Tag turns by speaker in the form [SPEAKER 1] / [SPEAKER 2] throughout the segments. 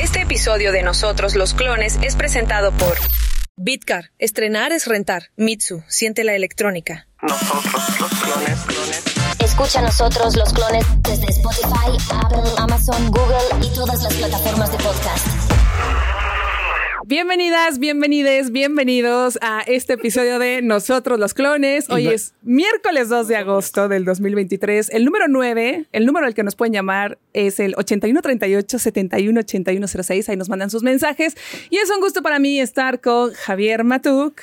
[SPEAKER 1] Este episodio de Nosotros los Clones es presentado por
[SPEAKER 2] Bitcar, estrenar es rentar. Mitsu, siente la electrónica.
[SPEAKER 3] Nosotros los clones, clones.
[SPEAKER 4] Escucha a nosotros los clones desde Spotify, Apple, Amazon, Google y todas las plataformas de podcast.
[SPEAKER 5] Bienvenidas, bienvenides, bienvenidos a este episodio de Nosotros los Clones. Hoy es miércoles 2 de agosto del 2023. El número 9, el número al que nos pueden llamar es el 8138-718106. Ahí nos mandan sus mensajes. Y es un gusto para mí estar con Javier Matuk.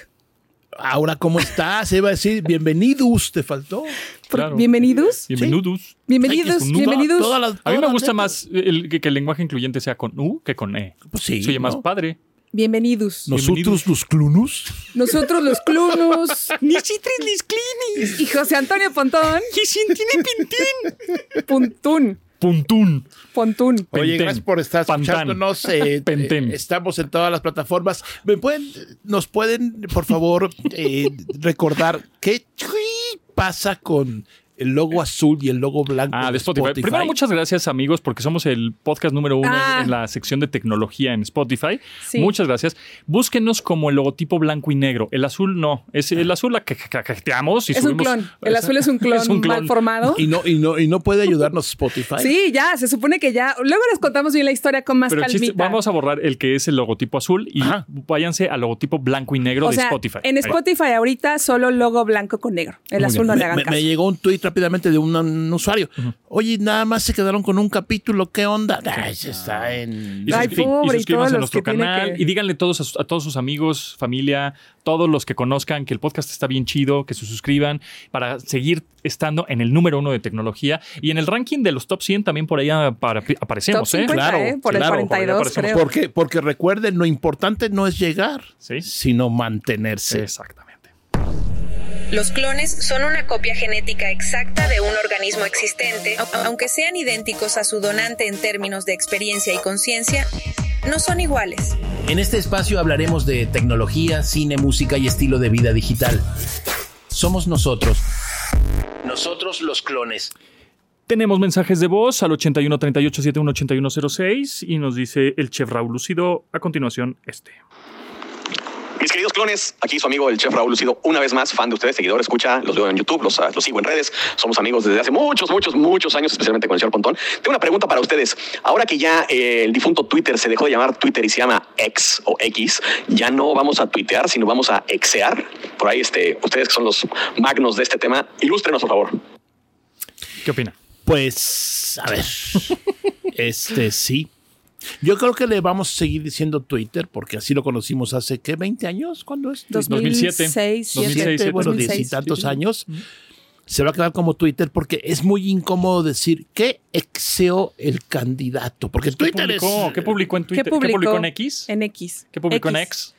[SPEAKER 6] Ahora, ¿cómo estás? Iba a decir, bienvenidos, te faltó.
[SPEAKER 5] Por-
[SPEAKER 7] Claro.
[SPEAKER 5] Bienvenidos.
[SPEAKER 7] Bienvenidos.
[SPEAKER 5] Bienvenidos,
[SPEAKER 7] Ay, que es un nuda.
[SPEAKER 5] bienvenidos.
[SPEAKER 6] Todas las-
[SPEAKER 7] A mí me
[SPEAKER 6] todas
[SPEAKER 7] gusta
[SPEAKER 6] las
[SPEAKER 7] más el, que, que el lenguaje incluyente sea con U que con E.
[SPEAKER 6] Pues sí,
[SPEAKER 7] Se oye más
[SPEAKER 6] ¿no?
[SPEAKER 7] padre.
[SPEAKER 5] Bienvenidos.
[SPEAKER 6] Nosotros
[SPEAKER 7] bienvenidos.
[SPEAKER 6] los clunus.
[SPEAKER 5] Nosotros los clunos. y José Antonio Pontón. Puntún.
[SPEAKER 7] Puntún.
[SPEAKER 5] Pontún.
[SPEAKER 6] Oye,
[SPEAKER 7] Penten.
[SPEAKER 6] gracias por estar
[SPEAKER 7] Pantán.
[SPEAKER 6] escuchándonos. eh, eh,
[SPEAKER 7] Penten.
[SPEAKER 6] estamos en todas las plataformas. ¿Me pueden, nos pueden, por favor, eh, recordar qué chui pasa con el logo azul y el logo blanco?
[SPEAKER 7] Ah, de Spotify. Primero, muchas gracias, amigos, porque somos el podcast número uno
[SPEAKER 5] Ah.
[SPEAKER 7] en la sección de tecnología en Spotify.
[SPEAKER 5] Sí.
[SPEAKER 7] Muchas gracias. Búsquenos como el logotipo blanco y negro. El azul no. Es el azul la que que- que- cajeteamos y
[SPEAKER 5] Es un
[SPEAKER 7] subimos.
[SPEAKER 5] clon. El azul es un clon,
[SPEAKER 7] Es un clon.
[SPEAKER 5] mal formado.
[SPEAKER 6] Y no, y no, y no puede ayudarnos Spotify.
[SPEAKER 5] Sí, ya, se supone que ya. Luego les contamos bien la historia con más
[SPEAKER 7] Pero el
[SPEAKER 5] calmita.
[SPEAKER 7] chiste, vamos a borrar el que es el logotipo azul y
[SPEAKER 6] Ajá.
[SPEAKER 7] váyanse al logotipo blanco y negro
[SPEAKER 5] o
[SPEAKER 7] de
[SPEAKER 5] sea,
[SPEAKER 7] Spotify.
[SPEAKER 5] en
[SPEAKER 7] Ahí.
[SPEAKER 5] Spotify ahorita solo logo blanco con negro. El
[SPEAKER 7] Muy
[SPEAKER 5] azul
[SPEAKER 7] bien.
[SPEAKER 5] no le
[SPEAKER 6] Me,
[SPEAKER 5] hagan
[SPEAKER 6] me-
[SPEAKER 5] caso.
[SPEAKER 6] me llegó un tweet rápidamente de un, un usuario. Oye, nada más se quedaron con un capítulo. ¿Qué onda? Ay, se está en.
[SPEAKER 7] Y,
[SPEAKER 5] Ay,
[SPEAKER 7] suscri- y
[SPEAKER 5] pobre, y todos
[SPEAKER 7] suscríbanse a
[SPEAKER 5] los
[SPEAKER 7] nuestro
[SPEAKER 5] que tienen
[SPEAKER 7] canal
[SPEAKER 5] que-
[SPEAKER 7] y díganle todos a, sus- a todos sus amigos, familia, todos los que conozcan que el podcast está bien chido, que se suscriban para seguir estando en el número uno de tecnología y en el ranking de los top 100 también por ahí a- para-
[SPEAKER 5] Top
[SPEAKER 7] aparecemos, ¿eh?
[SPEAKER 5] 50,
[SPEAKER 6] claro,
[SPEAKER 5] eh, por el
[SPEAKER 6] claro, por ahí
[SPEAKER 5] 42,
[SPEAKER 7] aparecemos.
[SPEAKER 5] creo.
[SPEAKER 6] ¿Por qué? Porque recuerden, lo importante no es llegar,
[SPEAKER 7] Sí.
[SPEAKER 6] sino mantenerse.
[SPEAKER 7] Exactamente.
[SPEAKER 1] Los clones son una copia genética exacta de un organismo existente. Au- Aunque sean idénticos a su donante en términos de experiencia y conciencia, no son iguales.
[SPEAKER 8] En este espacio hablaremos de tecnología, cine, música y estilo de vida digital. Somos nosotros. Nosotros los clones.
[SPEAKER 7] Tenemos mensajes de voz al 81 38 71 81 06 y nos dice el chef Raúl Lucido a continuación este.
[SPEAKER 9] Mis queridos clones, aquí su amigo el chef Raúl Lucido, una vez más, fan de ustedes, seguidor, escucha, los veo en YouTube, los, ah, los sigo en redes, somos amigos desde hace muchos, muchos, muchos años, especialmente con el señor Pontón. Tengo una pregunta para ustedes. Ahora que ya eh, el difunto Twitter se dejó de llamar Twitter y se llama X o X, ya no vamos a tuitear, sino vamos a exear. Por ahí, este, ustedes que son los magnos de este tema, ilústrenos, por favor.
[SPEAKER 7] ¿Qué opina?
[SPEAKER 6] Pues, a ver. este sí. Yo creo que le vamos a seguir diciendo Twitter, porque así lo conocimos hace, ¿qué? ¿20 años? ¿Cuándo es?
[SPEAKER 7] 2007,
[SPEAKER 5] 2006,
[SPEAKER 7] 2006,
[SPEAKER 5] 2007,
[SPEAKER 6] bueno,
[SPEAKER 5] 2006.
[SPEAKER 6] diez y tantos años. Se va a quedar como Twitter porque es muy incómodo decir qué exeó el candidato. Porque
[SPEAKER 7] Pues, ¿Qué
[SPEAKER 6] Twitter
[SPEAKER 7] publicó?
[SPEAKER 6] es.
[SPEAKER 7] ¿Qué publicó en
[SPEAKER 5] ¿Qué
[SPEAKER 7] Twitter?
[SPEAKER 5] publicó?
[SPEAKER 7] en X?
[SPEAKER 5] En X.
[SPEAKER 7] ¿Qué publicó en X?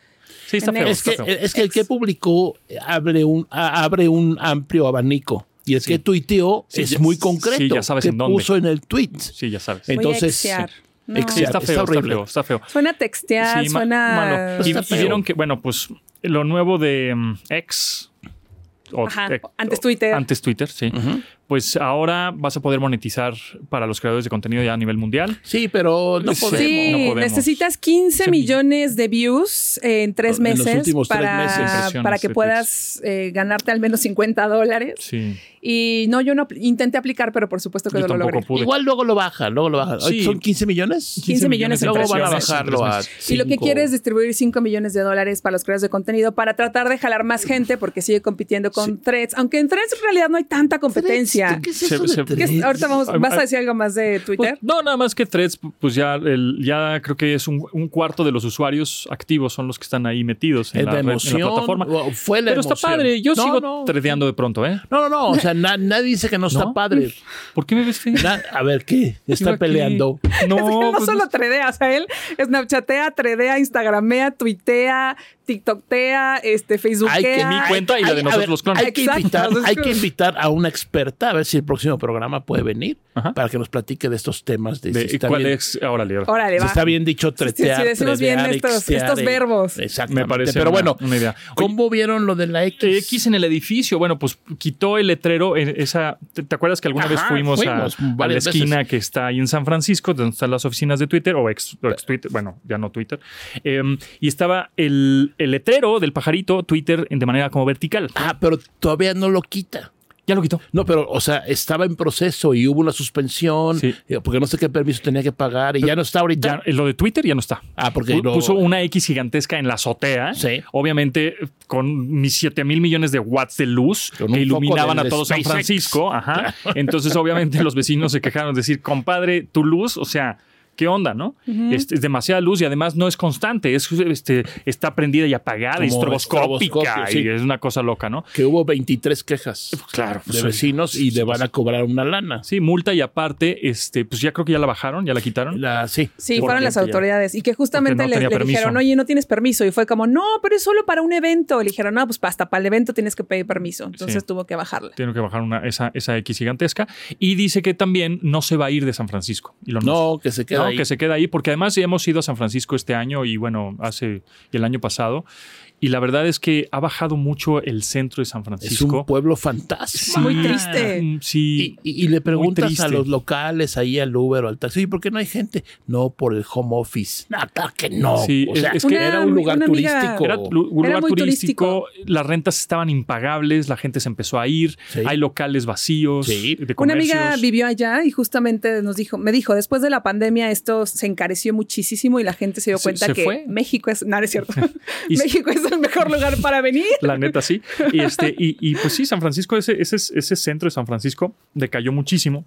[SPEAKER 7] Sí, está
[SPEAKER 5] En
[SPEAKER 7] feo.
[SPEAKER 5] X.
[SPEAKER 6] Es que, eh,
[SPEAKER 7] está feo.
[SPEAKER 6] es que el que publicó eh, abre un, a- abre un amplio abanico. Y el que tuiteó
[SPEAKER 7] Sí,
[SPEAKER 6] es
[SPEAKER 7] ya-
[SPEAKER 6] muy
[SPEAKER 7] sí,
[SPEAKER 6] concreto.
[SPEAKER 7] ya sabes
[SPEAKER 6] que
[SPEAKER 7] en dónde.
[SPEAKER 6] puso en el tweet.
[SPEAKER 7] Sí, ya sabes.
[SPEAKER 6] Entonces,
[SPEAKER 5] exear.
[SPEAKER 6] sí.
[SPEAKER 5] No.
[SPEAKER 6] Exear,
[SPEAKER 7] Sí, está feo, está
[SPEAKER 6] Eh, horrible.
[SPEAKER 7] feo, está feo.
[SPEAKER 5] Suena textear,
[SPEAKER 7] Sí, ma-
[SPEAKER 5] suena. Pues
[SPEAKER 7] malo. Y,
[SPEAKER 6] Está
[SPEAKER 7] y
[SPEAKER 6] feo.
[SPEAKER 7] vieron que, bueno, pues lo nuevo de mm, X. o
[SPEAKER 5] Ajá,
[SPEAKER 7] Tec-
[SPEAKER 5] antes
[SPEAKER 7] o-
[SPEAKER 5] Twitter.
[SPEAKER 7] Antes Twitter, sí. Pues ahora vas a poder monetizar para los creadores de contenido ya a nivel mundial.
[SPEAKER 6] Sí, pero no
[SPEAKER 7] Sí.
[SPEAKER 6] podemos.
[SPEAKER 5] Sí,
[SPEAKER 7] No podemos.
[SPEAKER 5] necesitas 15
[SPEAKER 7] Se-
[SPEAKER 5] millones de views en tres
[SPEAKER 6] En los
[SPEAKER 5] meses,
[SPEAKER 6] últimos tres
[SPEAKER 5] para,
[SPEAKER 6] meses.
[SPEAKER 7] Impresiones
[SPEAKER 5] para
[SPEAKER 7] de
[SPEAKER 5] que
[SPEAKER 7] Twitch.
[SPEAKER 5] puedas eh, ganarte al menos 50 dólares.
[SPEAKER 7] Sí.
[SPEAKER 5] Y no, yo no apl- intenté aplicar, pero por supuesto que
[SPEAKER 7] Yo
[SPEAKER 5] no lo
[SPEAKER 7] tampoco
[SPEAKER 5] logré.
[SPEAKER 7] pude.
[SPEAKER 6] Igual luego lo bajan, luego lo bajan.
[SPEAKER 7] Sí.
[SPEAKER 6] ¿Son 15 millones?
[SPEAKER 5] 15 millones
[SPEAKER 7] de
[SPEAKER 5] en
[SPEAKER 6] luego van a
[SPEAKER 7] impresiones en tres
[SPEAKER 6] bajarlo a.
[SPEAKER 7] meses.
[SPEAKER 5] Y lo que
[SPEAKER 6] cinco.
[SPEAKER 5] quiere es distribuir 5 millones de dólares para los creadores de contenido para tratar de jalar más gente porque sigue compitiendo con Threads, aunque en Threads en realidad no hay tanta competencia.
[SPEAKER 6] ¿Qué es
[SPEAKER 7] Se-
[SPEAKER 6] eso
[SPEAKER 7] se-
[SPEAKER 6] de
[SPEAKER 7] ¿Qué
[SPEAKER 5] ¿Qué es?
[SPEAKER 6] tres?
[SPEAKER 5] ahorita vamos,
[SPEAKER 7] Ay,
[SPEAKER 5] vas a
[SPEAKER 7] ay.
[SPEAKER 5] decir algo más de
[SPEAKER 7] Pues,
[SPEAKER 5] Twitter.
[SPEAKER 7] no, nada más que Threads, pues ya, el- ya creo que es un, un cuarto de los usuarios activos son los que están ahí metidos en,
[SPEAKER 6] Es
[SPEAKER 7] la,
[SPEAKER 6] la
[SPEAKER 7] red- en la
[SPEAKER 6] emoción,
[SPEAKER 7] plataforma.
[SPEAKER 6] o- fue la
[SPEAKER 7] Pero está
[SPEAKER 6] emoción.
[SPEAKER 7] padre. Yo
[SPEAKER 6] No,
[SPEAKER 7] sigo
[SPEAKER 6] no.
[SPEAKER 7] tradeando de pronto, ¿eh?
[SPEAKER 6] No, no, no. O sea, na- nadie dice que no está
[SPEAKER 7] ¿No?
[SPEAKER 6] padre.
[SPEAKER 7] ¿Por qué me ves feo?
[SPEAKER 6] Na- a ver, ¿qué?
[SPEAKER 7] Sigo
[SPEAKER 6] Está
[SPEAKER 7] aquí.
[SPEAKER 6] peleando.
[SPEAKER 7] No,
[SPEAKER 5] Es que no
[SPEAKER 7] pues,
[SPEAKER 5] solo tredea, o sea, él snapchatea, tredea, instagramea, tuitea, TikToktea, este, Facebookea.
[SPEAKER 7] Hay que mi cuenta y la
[SPEAKER 6] Hay-
[SPEAKER 7] de
[SPEAKER 6] a
[SPEAKER 7] nosotros
[SPEAKER 6] ver,
[SPEAKER 7] los clones.
[SPEAKER 6] Hay que,
[SPEAKER 5] Exacto,
[SPEAKER 6] invitar,
[SPEAKER 5] los
[SPEAKER 6] hay que
[SPEAKER 5] clones.
[SPEAKER 6] invitar a una experta a ver si el próximo programa puede venir
[SPEAKER 7] Ajá.
[SPEAKER 6] para que nos platique de estos temas. De,
[SPEAKER 7] De-
[SPEAKER 6] si está
[SPEAKER 7] ¿Cuál
[SPEAKER 6] bien-
[SPEAKER 7] es? Órale, órale.
[SPEAKER 5] Órale,
[SPEAKER 6] si
[SPEAKER 5] va.
[SPEAKER 6] está bien dicho tretear,
[SPEAKER 5] si decimos bien
[SPEAKER 6] trevear,
[SPEAKER 5] estos-
[SPEAKER 6] extear,
[SPEAKER 5] estos
[SPEAKER 6] eh,
[SPEAKER 5] verbos.
[SPEAKER 6] Exactamente.
[SPEAKER 7] Me parece
[SPEAKER 6] Pero
[SPEAKER 7] una-
[SPEAKER 6] bueno,
[SPEAKER 7] una idea.
[SPEAKER 6] ¿cómo vieron lo de la X?
[SPEAKER 5] pues,
[SPEAKER 7] X en el edificio, bueno, pues quitó el letrero, eh, esa, ¿te, te acuerdas que alguna
[SPEAKER 6] Ajá,
[SPEAKER 7] vez fuimos, a-
[SPEAKER 6] fuimos
[SPEAKER 7] a, la
[SPEAKER 6] varias
[SPEAKER 7] esquina
[SPEAKER 6] veces.
[SPEAKER 7] que está ahí en San Francisco, donde están las oficinas de Twitter, o ex, o ex Twitter, bueno, ya no Twitter, em, y estaba el, el letrero del pajarito Twitter en- de manera como vertical.
[SPEAKER 6] Ah, pero todavía no lo quita.
[SPEAKER 7] Ya lo quitó.
[SPEAKER 6] No, pero, o sea, estaba en proceso y hubo una suspensión
[SPEAKER 7] Sí.
[SPEAKER 6] eh, porque no sé qué permiso tenía que pagar y ya no está ahorita.
[SPEAKER 7] Ya, eh, lo de Twitter ya no está.
[SPEAKER 6] Ah, porque
[SPEAKER 7] Pu-
[SPEAKER 6] lo-
[SPEAKER 7] puso una X gigantesca en la azotea.
[SPEAKER 6] Sí.
[SPEAKER 7] Obviamente, con mis 7 mil millones de watts de luz
[SPEAKER 6] Con un
[SPEAKER 7] que iluminaban
[SPEAKER 6] foco
[SPEAKER 7] a
[SPEAKER 6] del
[SPEAKER 7] todo San
[SPEAKER 6] SpaceX.
[SPEAKER 7] Francisco. Ajá. Entonces, obviamente, los vecinos se quejaron de decir, compadre, tu luz, o sea. ¿Qué onda, no? Este, es demasiada luz y además no es constante, es, este, está prendida y apagada, y
[SPEAKER 6] Como
[SPEAKER 7] estroboscópica
[SPEAKER 6] estroboscopio, sí.
[SPEAKER 7] y es una cosa loca, ¿no?
[SPEAKER 6] Que hubo 23 quejas
[SPEAKER 7] claro, pues,
[SPEAKER 6] de vecinos y
[SPEAKER 7] sí,
[SPEAKER 6] le
[SPEAKER 7] pues,
[SPEAKER 6] van a cobrar una lana.
[SPEAKER 7] Sí, multa y aparte, este, pues ya creo que ya la bajaron, ya la quitaron.
[SPEAKER 6] La, sí.
[SPEAKER 5] Sí,
[SPEAKER 7] Porque
[SPEAKER 5] fueron las
[SPEAKER 7] ya-
[SPEAKER 5] autoridades y que justamente
[SPEAKER 7] no
[SPEAKER 5] le,
[SPEAKER 7] tenía
[SPEAKER 5] le
[SPEAKER 7] permiso.
[SPEAKER 5] dijeron, oye, no tienes permiso. Y fue como, no, pero es solo para un evento. Le dijeron, no, pues hasta para el evento tienes que pedir permiso. Entonces
[SPEAKER 7] Sí.
[SPEAKER 5] tuvo que bajarla.
[SPEAKER 7] Tiene que bajar una, esa, esa X gigantesca. Y dice que también no se va a ir de San Francisco. Elon Musk.
[SPEAKER 6] No, que se queda
[SPEAKER 7] No,
[SPEAKER 6] ahí.
[SPEAKER 7] que se queda ahí, porque además ya hemos ido a San Francisco este año y bueno, hace y el año pasado. Y la verdad es que ha bajado mucho el centro de San
[SPEAKER 6] Es un
[SPEAKER 7] Francisco.
[SPEAKER 6] pueblo fantasma.
[SPEAKER 5] Muy triste.
[SPEAKER 7] Mm,
[SPEAKER 6] Y,
[SPEAKER 7] Sí.
[SPEAKER 6] y- y le preguntas
[SPEAKER 7] triste.
[SPEAKER 6] a los locales, ahí al Uber o al taxi, ¿y por qué no hay gente? No, por el home office. No, claro que no.
[SPEAKER 7] Sí,
[SPEAKER 6] o sea,
[SPEAKER 7] es- es
[SPEAKER 5] que-
[SPEAKER 6] era un lugar
[SPEAKER 5] Una amiga-
[SPEAKER 6] turístico.
[SPEAKER 7] Era lu- un
[SPEAKER 5] Era
[SPEAKER 7] lugar
[SPEAKER 5] muy
[SPEAKER 7] turístico, las rentas estaban impagables, la gente se empezó a ir,
[SPEAKER 6] Sí.
[SPEAKER 7] hay locales vacíos
[SPEAKER 6] Sí.
[SPEAKER 7] de
[SPEAKER 5] Una amiga
[SPEAKER 7] comercios.
[SPEAKER 5] vivió allá y justamente nos dijo, me dijo, después de la pandemia esto se encareció muchísimo y la gente se dio
[SPEAKER 7] Se-
[SPEAKER 5] cuenta
[SPEAKER 7] se
[SPEAKER 5] que
[SPEAKER 7] fue.
[SPEAKER 5] México es, no, no es cierto,
[SPEAKER 7] Y-
[SPEAKER 5] México es el mejor lugar para venir.
[SPEAKER 7] La neta, sí. Y, este, y, y, pues sí, San Francisco, ese, ese, ese centro de San Francisco decayó muchísimo.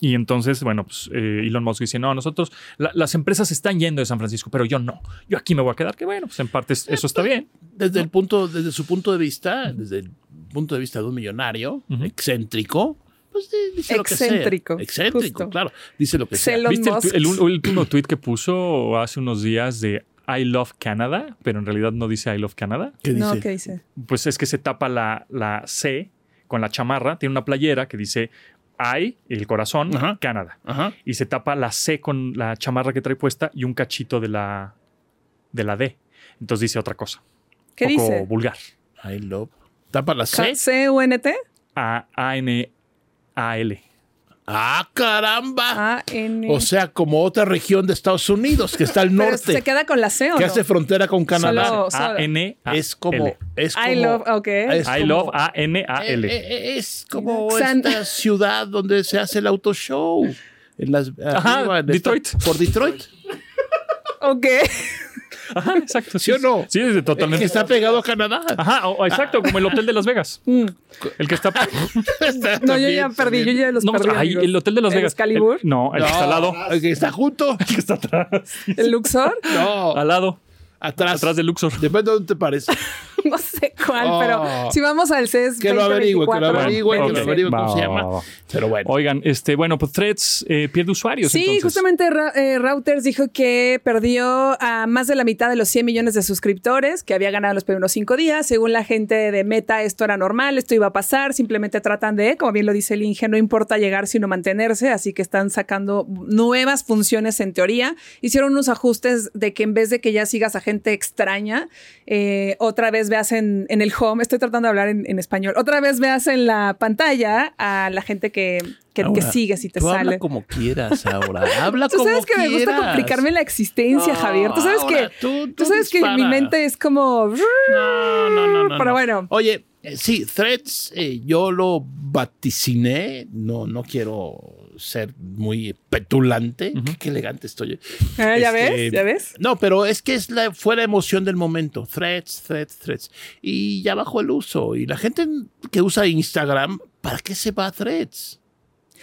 [SPEAKER 7] Y entonces, bueno, pues eh, Elon Musk dice, no, nosotros, la- las empresas están yendo de San Francisco, pero yo no. Yo aquí me voy a quedar, que bueno, pues en parte es- eso está bien.
[SPEAKER 6] desde el punto, desde su punto de vista, desde el punto de vista de un millonario
[SPEAKER 7] Ujú.
[SPEAKER 6] excéntrico, pues eh, dice
[SPEAKER 5] Excéntrico,
[SPEAKER 6] lo que sea. Excéntrico,
[SPEAKER 5] justo.
[SPEAKER 6] claro. Dice lo que sea.
[SPEAKER 5] Celo- Elon
[SPEAKER 7] ¿Viste el tu-
[SPEAKER 5] Musk.
[SPEAKER 7] el, un- el último tweet que puso hace unos días de I love Canada, pero en realidad no dice I love Canada?
[SPEAKER 6] ¿Qué dice?
[SPEAKER 5] No, ¿qué dice?
[SPEAKER 7] Pues es que se tapa la, la C con la chamarra, tiene una playera que dice I, el corazón,
[SPEAKER 6] Ajá.
[SPEAKER 7] Canadá.
[SPEAKER 6] Ajá.
[SPEAKER 7] y se tapa la C con la chamarra que trae puesta y un cachito de la, de la D. Entonces dice otra cosa.
[SPEAKER 5] ¿Qué
[SPEAKER 7] poco
[SPEAKER 5] dice?
[SPEAKER 7] vulgar.
[SPEAKER 6] I love. Tapa la C.
[SPEAKER 5] C-U-N-T.
[SPEAKER 7] A, A, N, A, L.
[SPEAKER 6] Ah, caramba.
[SPEAKER 5] A N.
[SPEAKER 6] Ah, O sea, como otra región de Estados Unidos que está al
[SPEAKER 5] Pero se
[SPEAKER 6] norte,
[SPEAKER 5] queda con la C o
[SPEAKER 6] que
[SPEAKER 5] no?
[SPEAKER 6] hace frontera con Canadá.
[SPEAKER 5] Solo-
[SPEAKER 7] A, N, A,
[SPEAKER 6] Es como,
[SPEAKER 7] L.
[SPEAKER 6] es como.
[SPEAKER 5] I love, ok.
[SPEAKER 6] es
[SPEAKER 7] I
[SPEAKER 6] como-
[SPEAKER 7] love A, N, A,
[SPEAKER 6] Eh,
[SPEAKER 7] L.
[SPEAKER 6] eh, es como
[SPEAKER 5] San-
[SPEAKER 6] esta ciudad donde se hace el auto show. En las,
[SPEAKER 7] Ajá,
[SPEAKER 6] arriba, en esta-
[SPEAKER 7] Detroit.
[SPEAKER 6] por Detroit.
[SPEAKER 5] Ok.
[SPEAKER 7] Ajá, exacto.
[SPEAKER 6] ¿Sí o no?
[SPEAKER 7] Sí, es de-
[SPEAKER 6] El que
[SPEAKER 7] totalmente.
[SPEAKER 6] está pegado a Canadá.
[SPEAKER 7] Ajá, o- exacto, como el hotel de Las Vegas.
[SPEAKER 5] Mm.
[SPEAKER 7] El que está.
[SPEAKER 6] Está
[SPEAKER 5] No, yo
[SPEAKER 6] también,
[SPEAKER 5] ya perdí,
[SPEAKER 6] también.
[SPEAKER 5] yo ya los
[SPEAKER 7] No,
[SPEAKER 5] perdí.
[SPEAKER 7] ay,
[SPEAKER 5] amigos.
[SPEAKER 7] el hotel de Las
[SPEAKER 5] ¿El
[SPEAKER 7] Vegas.
[SPEAKER 5] Excalibur?
[SPEAKER 7] El- no, el que está al lado.
[SPEAKER 6] El ah, que está junto.
[SPEAKER 7] El que está atrás.
[SPEAKER 5] ¿El Luxor?
[SPEAKER 6] No,
[SPEAKER 7] Al lado.
[SPEAKER 6] atrás.
[SPEAKER 7] Atrás del Luxor.
[SPEAKER 6] Depende de dónde te parece.
[SPEAKER 5] No sé cuál,
[SPEAKER 6] Oh.
[SPEAKER 5] pero si vamos al CES.
[SPEAKER 6] Que lo averigüe, que lo
[SPEAKER 5] 2024,
[SPEAKER 6] averigüe, que
[SPEAKER 7] ok.
[SPEAKER 6] lo averigüe cómo
[SPEAKER 7] Va,
[SPEAKER 6] se
[SPEAKER 7] va,
[SPEAKER 6] llama.
[SPEAKER 7] va, va.
[SPEAKER 6] Pero bueno.
[SPEAKER 7] Oigan, este, bueno, pues Threads eh, pierde usuarios.
[SPEAKER 5] Sí,
[SPEAKER 7] entonces.
[SPEAKER 5] justamente Ra- eh, Routers dijo que perdió a más de la mitad de los 100 millones de suscriptores que había ganado en los primeros cinco días. Según la gente de Meta, esto era normal, esto iba a pasar. Simplemente tratan de, como bien lo dice el Inge, no importa llegar sino mantenerse. Así que están sacando nuevas funciones en teoría. Hicieron unos ajustes de que en vez de que ya sigas a gente extraña, eh, otra vez veas en, en el home, estoy tratando de hablar en, en español, otra vez veas en la pantalla a la gente que, que, que
[SPEAKER 6] Ahora,
[SPEAKER 5] sigues y te
[SPEAKER 6] tú
[SPEAKER 5] sale.
[SPEAKER 6] Habla como quieras ahora. Habla
[SPEAKER 5] Tú
[SPEAKER 6] como
[SPEAKER 5] sabes que me gusta
[SPEAKER 6] quieras.
[SPEAKER 5] complicarme la existencia,
[SPEAKER 6] No,
[SPEAKER 5] Javier. Tú sabes
[SPEAKER 6] ahora,
[SPEAKER 5] que
[SPEAKER 6] tú-
[SPEAKER 5] tú,
[SPEAKER 6] tú
[SPEAKER 5] sabes
[SPEAKER 6] dispara.
[SPEAKER 5] que mi mente es como
[SPEAKER 6] No, no, no, no,
[SPEAKER 5] Pero
[SPEAKER 6] no.
[SPEAKER 5] bueno.
[SPEAKER 6] Oye, eh, sí, Threads, eh, yo lo vaticiné. No, no quiero ser muy petulante. Qué- Qué elegante estoy.
[SPEAKER 5] Ah, ¿ya
[SPEAKER 6] Este,
[SPEAKER 5] ves? ¿Ya ves?
[SPEAKER 6] No, pero es que es la, fue la emoción del momento. Threads, threads, threads. Y ya bajó el uso. Y la gente que usa Instagram, ¿para qué se va a threads?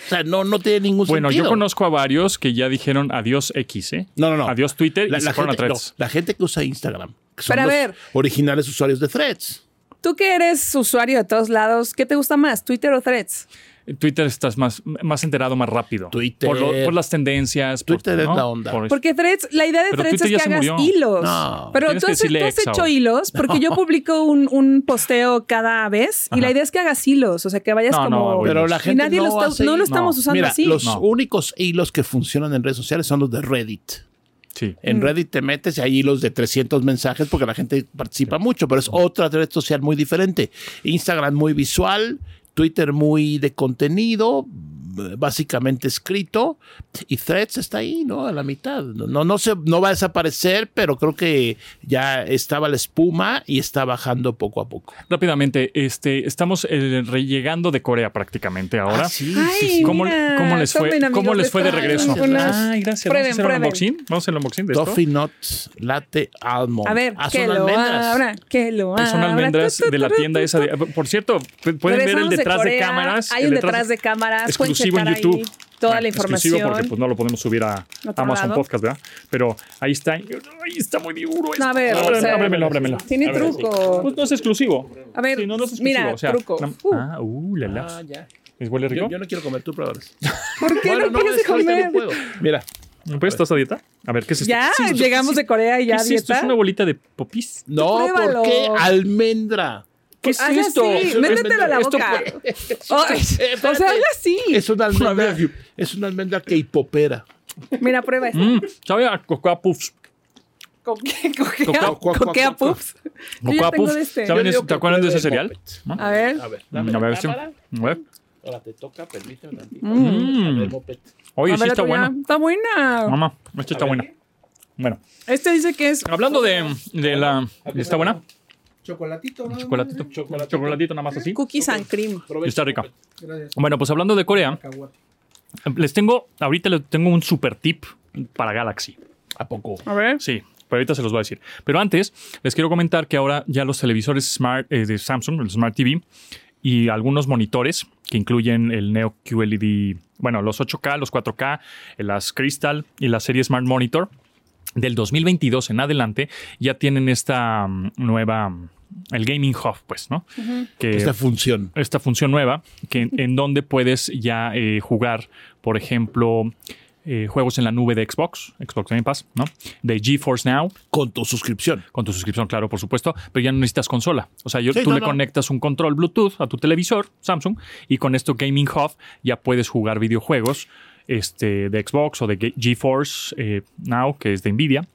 [SPEAKER 6] O sea, no, no tiene ningún
[SPEAKER 7] Bueno,
[SPEAKER 6] Pues, sentido.
[SPEAKER 7] yo conozco a varios que ya dijeron adiós X, ¿eh?
[SPEAKER 6] No, no, no.
[SPEAKER 7] Adiós Twitter
[SPEAKER 6] la,
[SPEAKER 7] y
[SPEAKER 6] la
[SPEAKER 7] se fueron a
[SPEAKER 6] gente, no,
[SPEAKER 7] Threads.
[SPEAKER 6] la gente que usa Instagram. Que son
[SPEAKER 5] Pero a
[SPEAKER 6] los
[SPEAKER 5] ver.
[SPEAKER 6] originales usuarios de threads.
[SPEAKER 5] Tú que eres usuario de todos lados, ¿qué te gusta más, Twitter o Threads?
[SPEAKER 7] En Twitter estás más, más enterado más rápido.
[SPEAKER 6] Twitter.
[SPEAKER 7] Por, lo- por las tendencias. por-
[SPEAKER 6] Twitter es
[SPEAKER 7] ¿no?
[SPEAKER 6] la onda.
[SPEAKER 7] Por-
[SPEAKER 5] Porque threads, la idea de
[SPEAKER 7] Pero
[SPEAKER 5] threads
[SPEAKER 7] Twitter
[SPEAKER 5] es
[SPEAKER 7] ya
[SPEAKER 5] que
[SPEAKER 7] se
[SPEAKER 5] hagas
[SPEAKER 7] murió.
[SPEAKER 5] hilos.
[SPEAKER 6] No.
[SPEAKER 5] pero
[SPEAKER 7] Tienes
[SPEAKER 5] tú
[SPEAKER 7] que
[SPEAKER 5] has,
[SPEAKER 7] decirle
[SPEAKER 5] tú has
[SPEAKER 7] exa
[SPEAKER 5] hecho
[SPEAKER 7] ahora.
[SPEAKER 5] hilos porque yo publico un, un posteo cada vez y
[SPEAKER 7] Ajá.
[SPEAKER 5] la idea es que hagas hilos, o sea, que vayas
[SPEAKER 7] No, no,
[SPEAKER 5] como...
[SPEAKER 7] güey.
[SPEAKER 6] Pero la
[SPEAKER 5] Y
[SPEAKER 6] gente
[SPEAKER 5] nadie
[SPEAKER 6] no,
[SPEAKER 5] lo está-
[SPEAKER 6] hace-
[SPEAKER 5] no lo estamos usando
[SPEAKER 6] Mira,
[SPEAKER 5] así.
[SPEAKER 6] Los
[SPEAKER 7] No.
[SPEAKER 6] únicos hilos que funcionan en redes sociales son los de Reddit.
[SPEAKER 7] sí.
[SPEAKER 6] En
[SPEAKER 5] Mm.
[SPEAKER 6] Reddit te metes y hay hilos de 300 mensajes porque la gente participa mucho, pero es otra red social muy diferente. Instagram muy visual, Twitter muy de contenido, b- básicamente escrito, y Threads está ahí, ¿no? A la mitad. No, no, se, no va a desaparecer, pero creo que ya estaba la espuma y está bajando poco a poco.
[SPEAKER 7] Rápidamente, este, estamos eh, re- llegando de Corea prácticamente ahora.
[SPEAKER 6] Ah, sí, sí,
[SPEAKER 5] Ay,
[SPEAKER 6] sí.
[SPEAKER 7] ¿Cómo-
[SPEAKER 5] mira,
[SPEAKER 7] cómo les fue-
[SPEAKER 5] tomen,
[SPEAKER 7] cómo les fue de
[SPEAKER 5] les
[SPEAKER 7] regreso?
[SPEAKER 5] traigo unas-
[SPEAKER 6] Ay,
[SPEAKER 7] gracias.
[SPEAKER 5] Prueben,
[SPEAKER 7] Vamos a hacer
[SPEAKER 5] prueben.
[SPEAKER 7] un unboxing. Vamos a hacer el unboxing de esto.
[SPEAKER 6] Toffee Nuts Latte Almond.
[SPEAKER 5] A ver,
[SPEAKER 6] Ah, son
[SPEAKER 5] que lo
[SPEAKER 6] almendras.
[SPEAKER 5] abra, que lo
[SPEAKER 7] Que son
[SPEAKER 5] abra.
[SPEAKER 7] almendras
[SPEAKER 5] Tu, tu,
[SPEAKER 7] de la
[SPEAKER 5] tu, tu,
[SPEAKER 7] tienda
[SPEAKER 5] tu,
[SPEAKER 7] esa de. ah,
[SPEAKER 5] tu.
[SPEAKER 7] Por cierto, pu- pueden ver el
[SPEAKER 5] Regresamos
[SPEAKER 7] detrás de,
[SPEAKER 5] Corea,
[SPEAKER 7] cámaras.
[SPEAKER 5] Hay
[SPEAKER 7] el
[SPEAKER 5] un detrás de cámaras. pueden
[SPEAKER 7] exclusivo en
[SPEAKER 5] checar ahí
[SPEAKER 7] YouTube.
[SPEAKER 5] Toda
[SPEAKER 7] Ah,
[SPEAKER 5] la
[SPEAKER 7] Exclusivo
[SPEAKER 5] información.
[SPEAKER 7] porque pues, no lo podemos subir a
[SPEAKER 5] Otro
[SPEAKER 7] Amazon
[SPEAKER 5] lado.
[SPEAKER 7] Podcast, ¿verdad? Pero ahí está. Ay, está muy duro. esto.
[SPEAKER 5] No, a ver,
[SPEAKER 7] Ábrelo,
[SPEAKER 5] o sea,
[SPEAKER 7] ábremelo, ábremelo.
[SPEAKER 5] tiene
[SPEAKER 7] A ver,
[SPEAKER 5] truco.
[SPEAKER 7] Pues no es exclusivo.
[SPEAKER 5] A ver,
[SPEAKER 7] Sí, no, no es exclusivo.
[SPEAKER 5] mira,
[SPEAKER 7] o sea,
[SPEAKER 5] truco.
[SPEAKER 7] no-
[SPEAKER 5] Uh.
[SPEAKER 7] ah, uh, la la.
[SPEAKER 6] Ah, ya.
[SPEAKER 7] ¿Les huele rico?
[SPEAKER 6] Yo, yo no quiero comer, tú probarás.
[SPEAKER 5] ¿Por qué
[SPEAKER 6] Bueno,
[SPEAKER 5] no quieres
[SPEAKER 6] es que ahorita
[SPEAKER 5] comer?
[SPEAKER 6] no puedo. Mira.
[SPEAKER 7] ¿No puedes? ¿Estás a dieta? A ver, ¿qué es esto?
[SPEAKER 5] Ya,
[SPEAKER 7] ¿Qué es esto?
[SPEAKER 5] llegamos de Corea y
[SPEAKER 7] ¿Qué
[SPEAKER 5] ya
[SPEAKER 7] es esto?
[SPEAKER 5] dieta.
[SPEAKER 7] ¿Es una bolita de popis?
[SPEAKER 6] No, ¿por
[SPEAKER 5] Pruébalo.
[SPEAKER 6] qué almendra?
[SPEAKER 7] ¿Qué es
[SPEAKER 5] Haz
[SPEAKER 7] esto?
[SPEAKER 5] así, métetelo a la
[SPEAKER 7] Esto
[SPEAKER 5] boca.
[SPEAKER 7] puede-
[SPEAKER 5] Ay, o sea, haga así.
[SPEAKER 6] Es una almendra,
[SPEAKER 7] vez.
[SPEAKER 6] es una almendra K-popera.
[SPEAKER 5] Mira, prueba esto.
[SPEAKER 7] Mm, sabe a cocoa puffs.
[SPEAKER 5] Coque-
[SPEAKER 7] Cocoa-
[SPEAKER 5] Coquea
[SPEAKER 6] cocoa-
[SPEAKER 5] coquea
[SPEAKER 6] cocoa-
[SPEAKER 5] puffs. Yo ya
[SPEAKER 7] Cocoa
[SPEAKER 5] tengo
[SPEAKER 7] puffs.
[SPEAKER 5] de este.
[SPEAKER 7] ¿Saben
[SPEAKER 6] Yo
[SPEAKER 7] eso?
[SPEAKER 6] digo
[SPEAKER 7] ¿Te
[SPEAKER 6] que
[SPEAKER 7] acuerdan de
[SPEAKER 6] puede
[SPEAKER 7] ese
[SPEAKER 6] de
[SPEAKER 7] cereal?
[SPEAKER 6] Muppets.
[SPEAKER 7] ¿No?
[SPEAKER 5] A ver.
[SPEAKER 6] A ver, dame
[SPEAKER 7] Mm, A ver,
[SPEAKER 6] la
[SPEAKER 7] sí.
[SPEAKER 6] cámara.
[SPEAKER 7] A ver.
[SPEAKER 6] Ahora te toca, permíteme tantito. A ver,
[SPEAKER 7] Mm,
[SPEAKER 6] Muppet.
[SPEAKER 7] Oye,
[SPEAKER 5] A
[SPEAKER 7] sí
[SPEAKER 5] ver,
[SPEAKER 7] está
[SPEAKER 5] la tuya.
[SPEAKER 7] bueno.
[SPEAKER 5] Está buena.
[SPEAKER 7] Mamá, esta está buena. Bueno,
[SPEAKER 5] Este dice que es.
[SPEAKER 7] hablando de, de la... ¿Está buena?
[SPEAKER 10] Chocolatito, ¿no?
[SPEAKER 7] Chocolatito. Chocolatito nada más así.
[SPEAKER 5] Cookies and cream.
[SPEAKER 6] Provecho,
[SPEAKER 7] Está rica.
[SPEAKER 6] Muppet.
[SPEAKER 10] Gracias.
[SPEAKER 7] Bueno, pues hablando de Corea,
[SPEAKER 10] Cacahuate.
[SPEAKER 7] les tengo... Ahorita les tengo un super tip para Galaxy.
[SPEAKER 6] ¿A poco?
[SPEAKER 5] A ver.
[SPEAKER 7] Sí, pero ahorita se los voy a decir. Pero antes, les quiero comentar que ahora ya los televisores Smart eh, de Samsung, el Smart TV, y algunos monitores que incluyen el Neo QLED, bueno, los 8K, los 4K, eh, las Crystal y la serie Smart Monitor del 2022 en adelante ya tienen esta mm, nueva, mm, el Gaming Hub, pues, ¿no? Que-
[SPEAKER 6] Esta función.
[SPEAKER 7] esta función nueva que, en donde puedes ya eh, jugar, por ejemplo, eh, juegos en la nube de Xbox, Xbox Game Pass, ¿no? De GeForce Now,
[SPEAKER 6] Con tu suscripción.
[SPEAKER 7] con tu suscripción, claro, por supuesto, pero ya no necesitas consola. O sea, yo-
[SPEAKER 6] Sí,
[SPEAKER 7] tú
[SPEAKER 6] no,
[SPEAKER 7] le
[SPEAKER 6] no.
[SPEAKER 7] conectas un control Bluetooth a tu televisor Samsung y con esto Gaming Hub ya puedes jugar videojuegos este, de Xbox o de Ge- GeForce eh, Now, que es de Nvidia.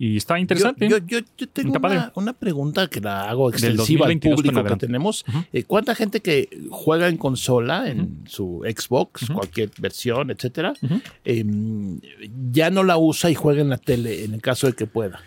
[SPEAKER 7] Y está interesante.
[SPEAKER 6] Yo, yo- yo- yo tengo
[SPEAKER 7] Está padre.
[SPEAKER 6] una, una pregunta que la hago
[SPEAKER 7] Del
[SPEAKER 6] extensiva al
[SPEAKER 7] 2022
[SPEAKER 6] público
[SPEAKER 7] para
[SPEAKER 6] que
[SPEAKER 7] adelante.
[SPEAKER 6] tenemos.
[SPEAKER 7] Ujú.
[SPEAKER 6] Eh, ¿Cuánta gente que juega en consola, en su Xbox, cualquier versión, etcétera,
[SPEAKER 7] Ujú.
[SPEAKER 6] em, ya no la usa y juega en la tele en el caso de que pueda?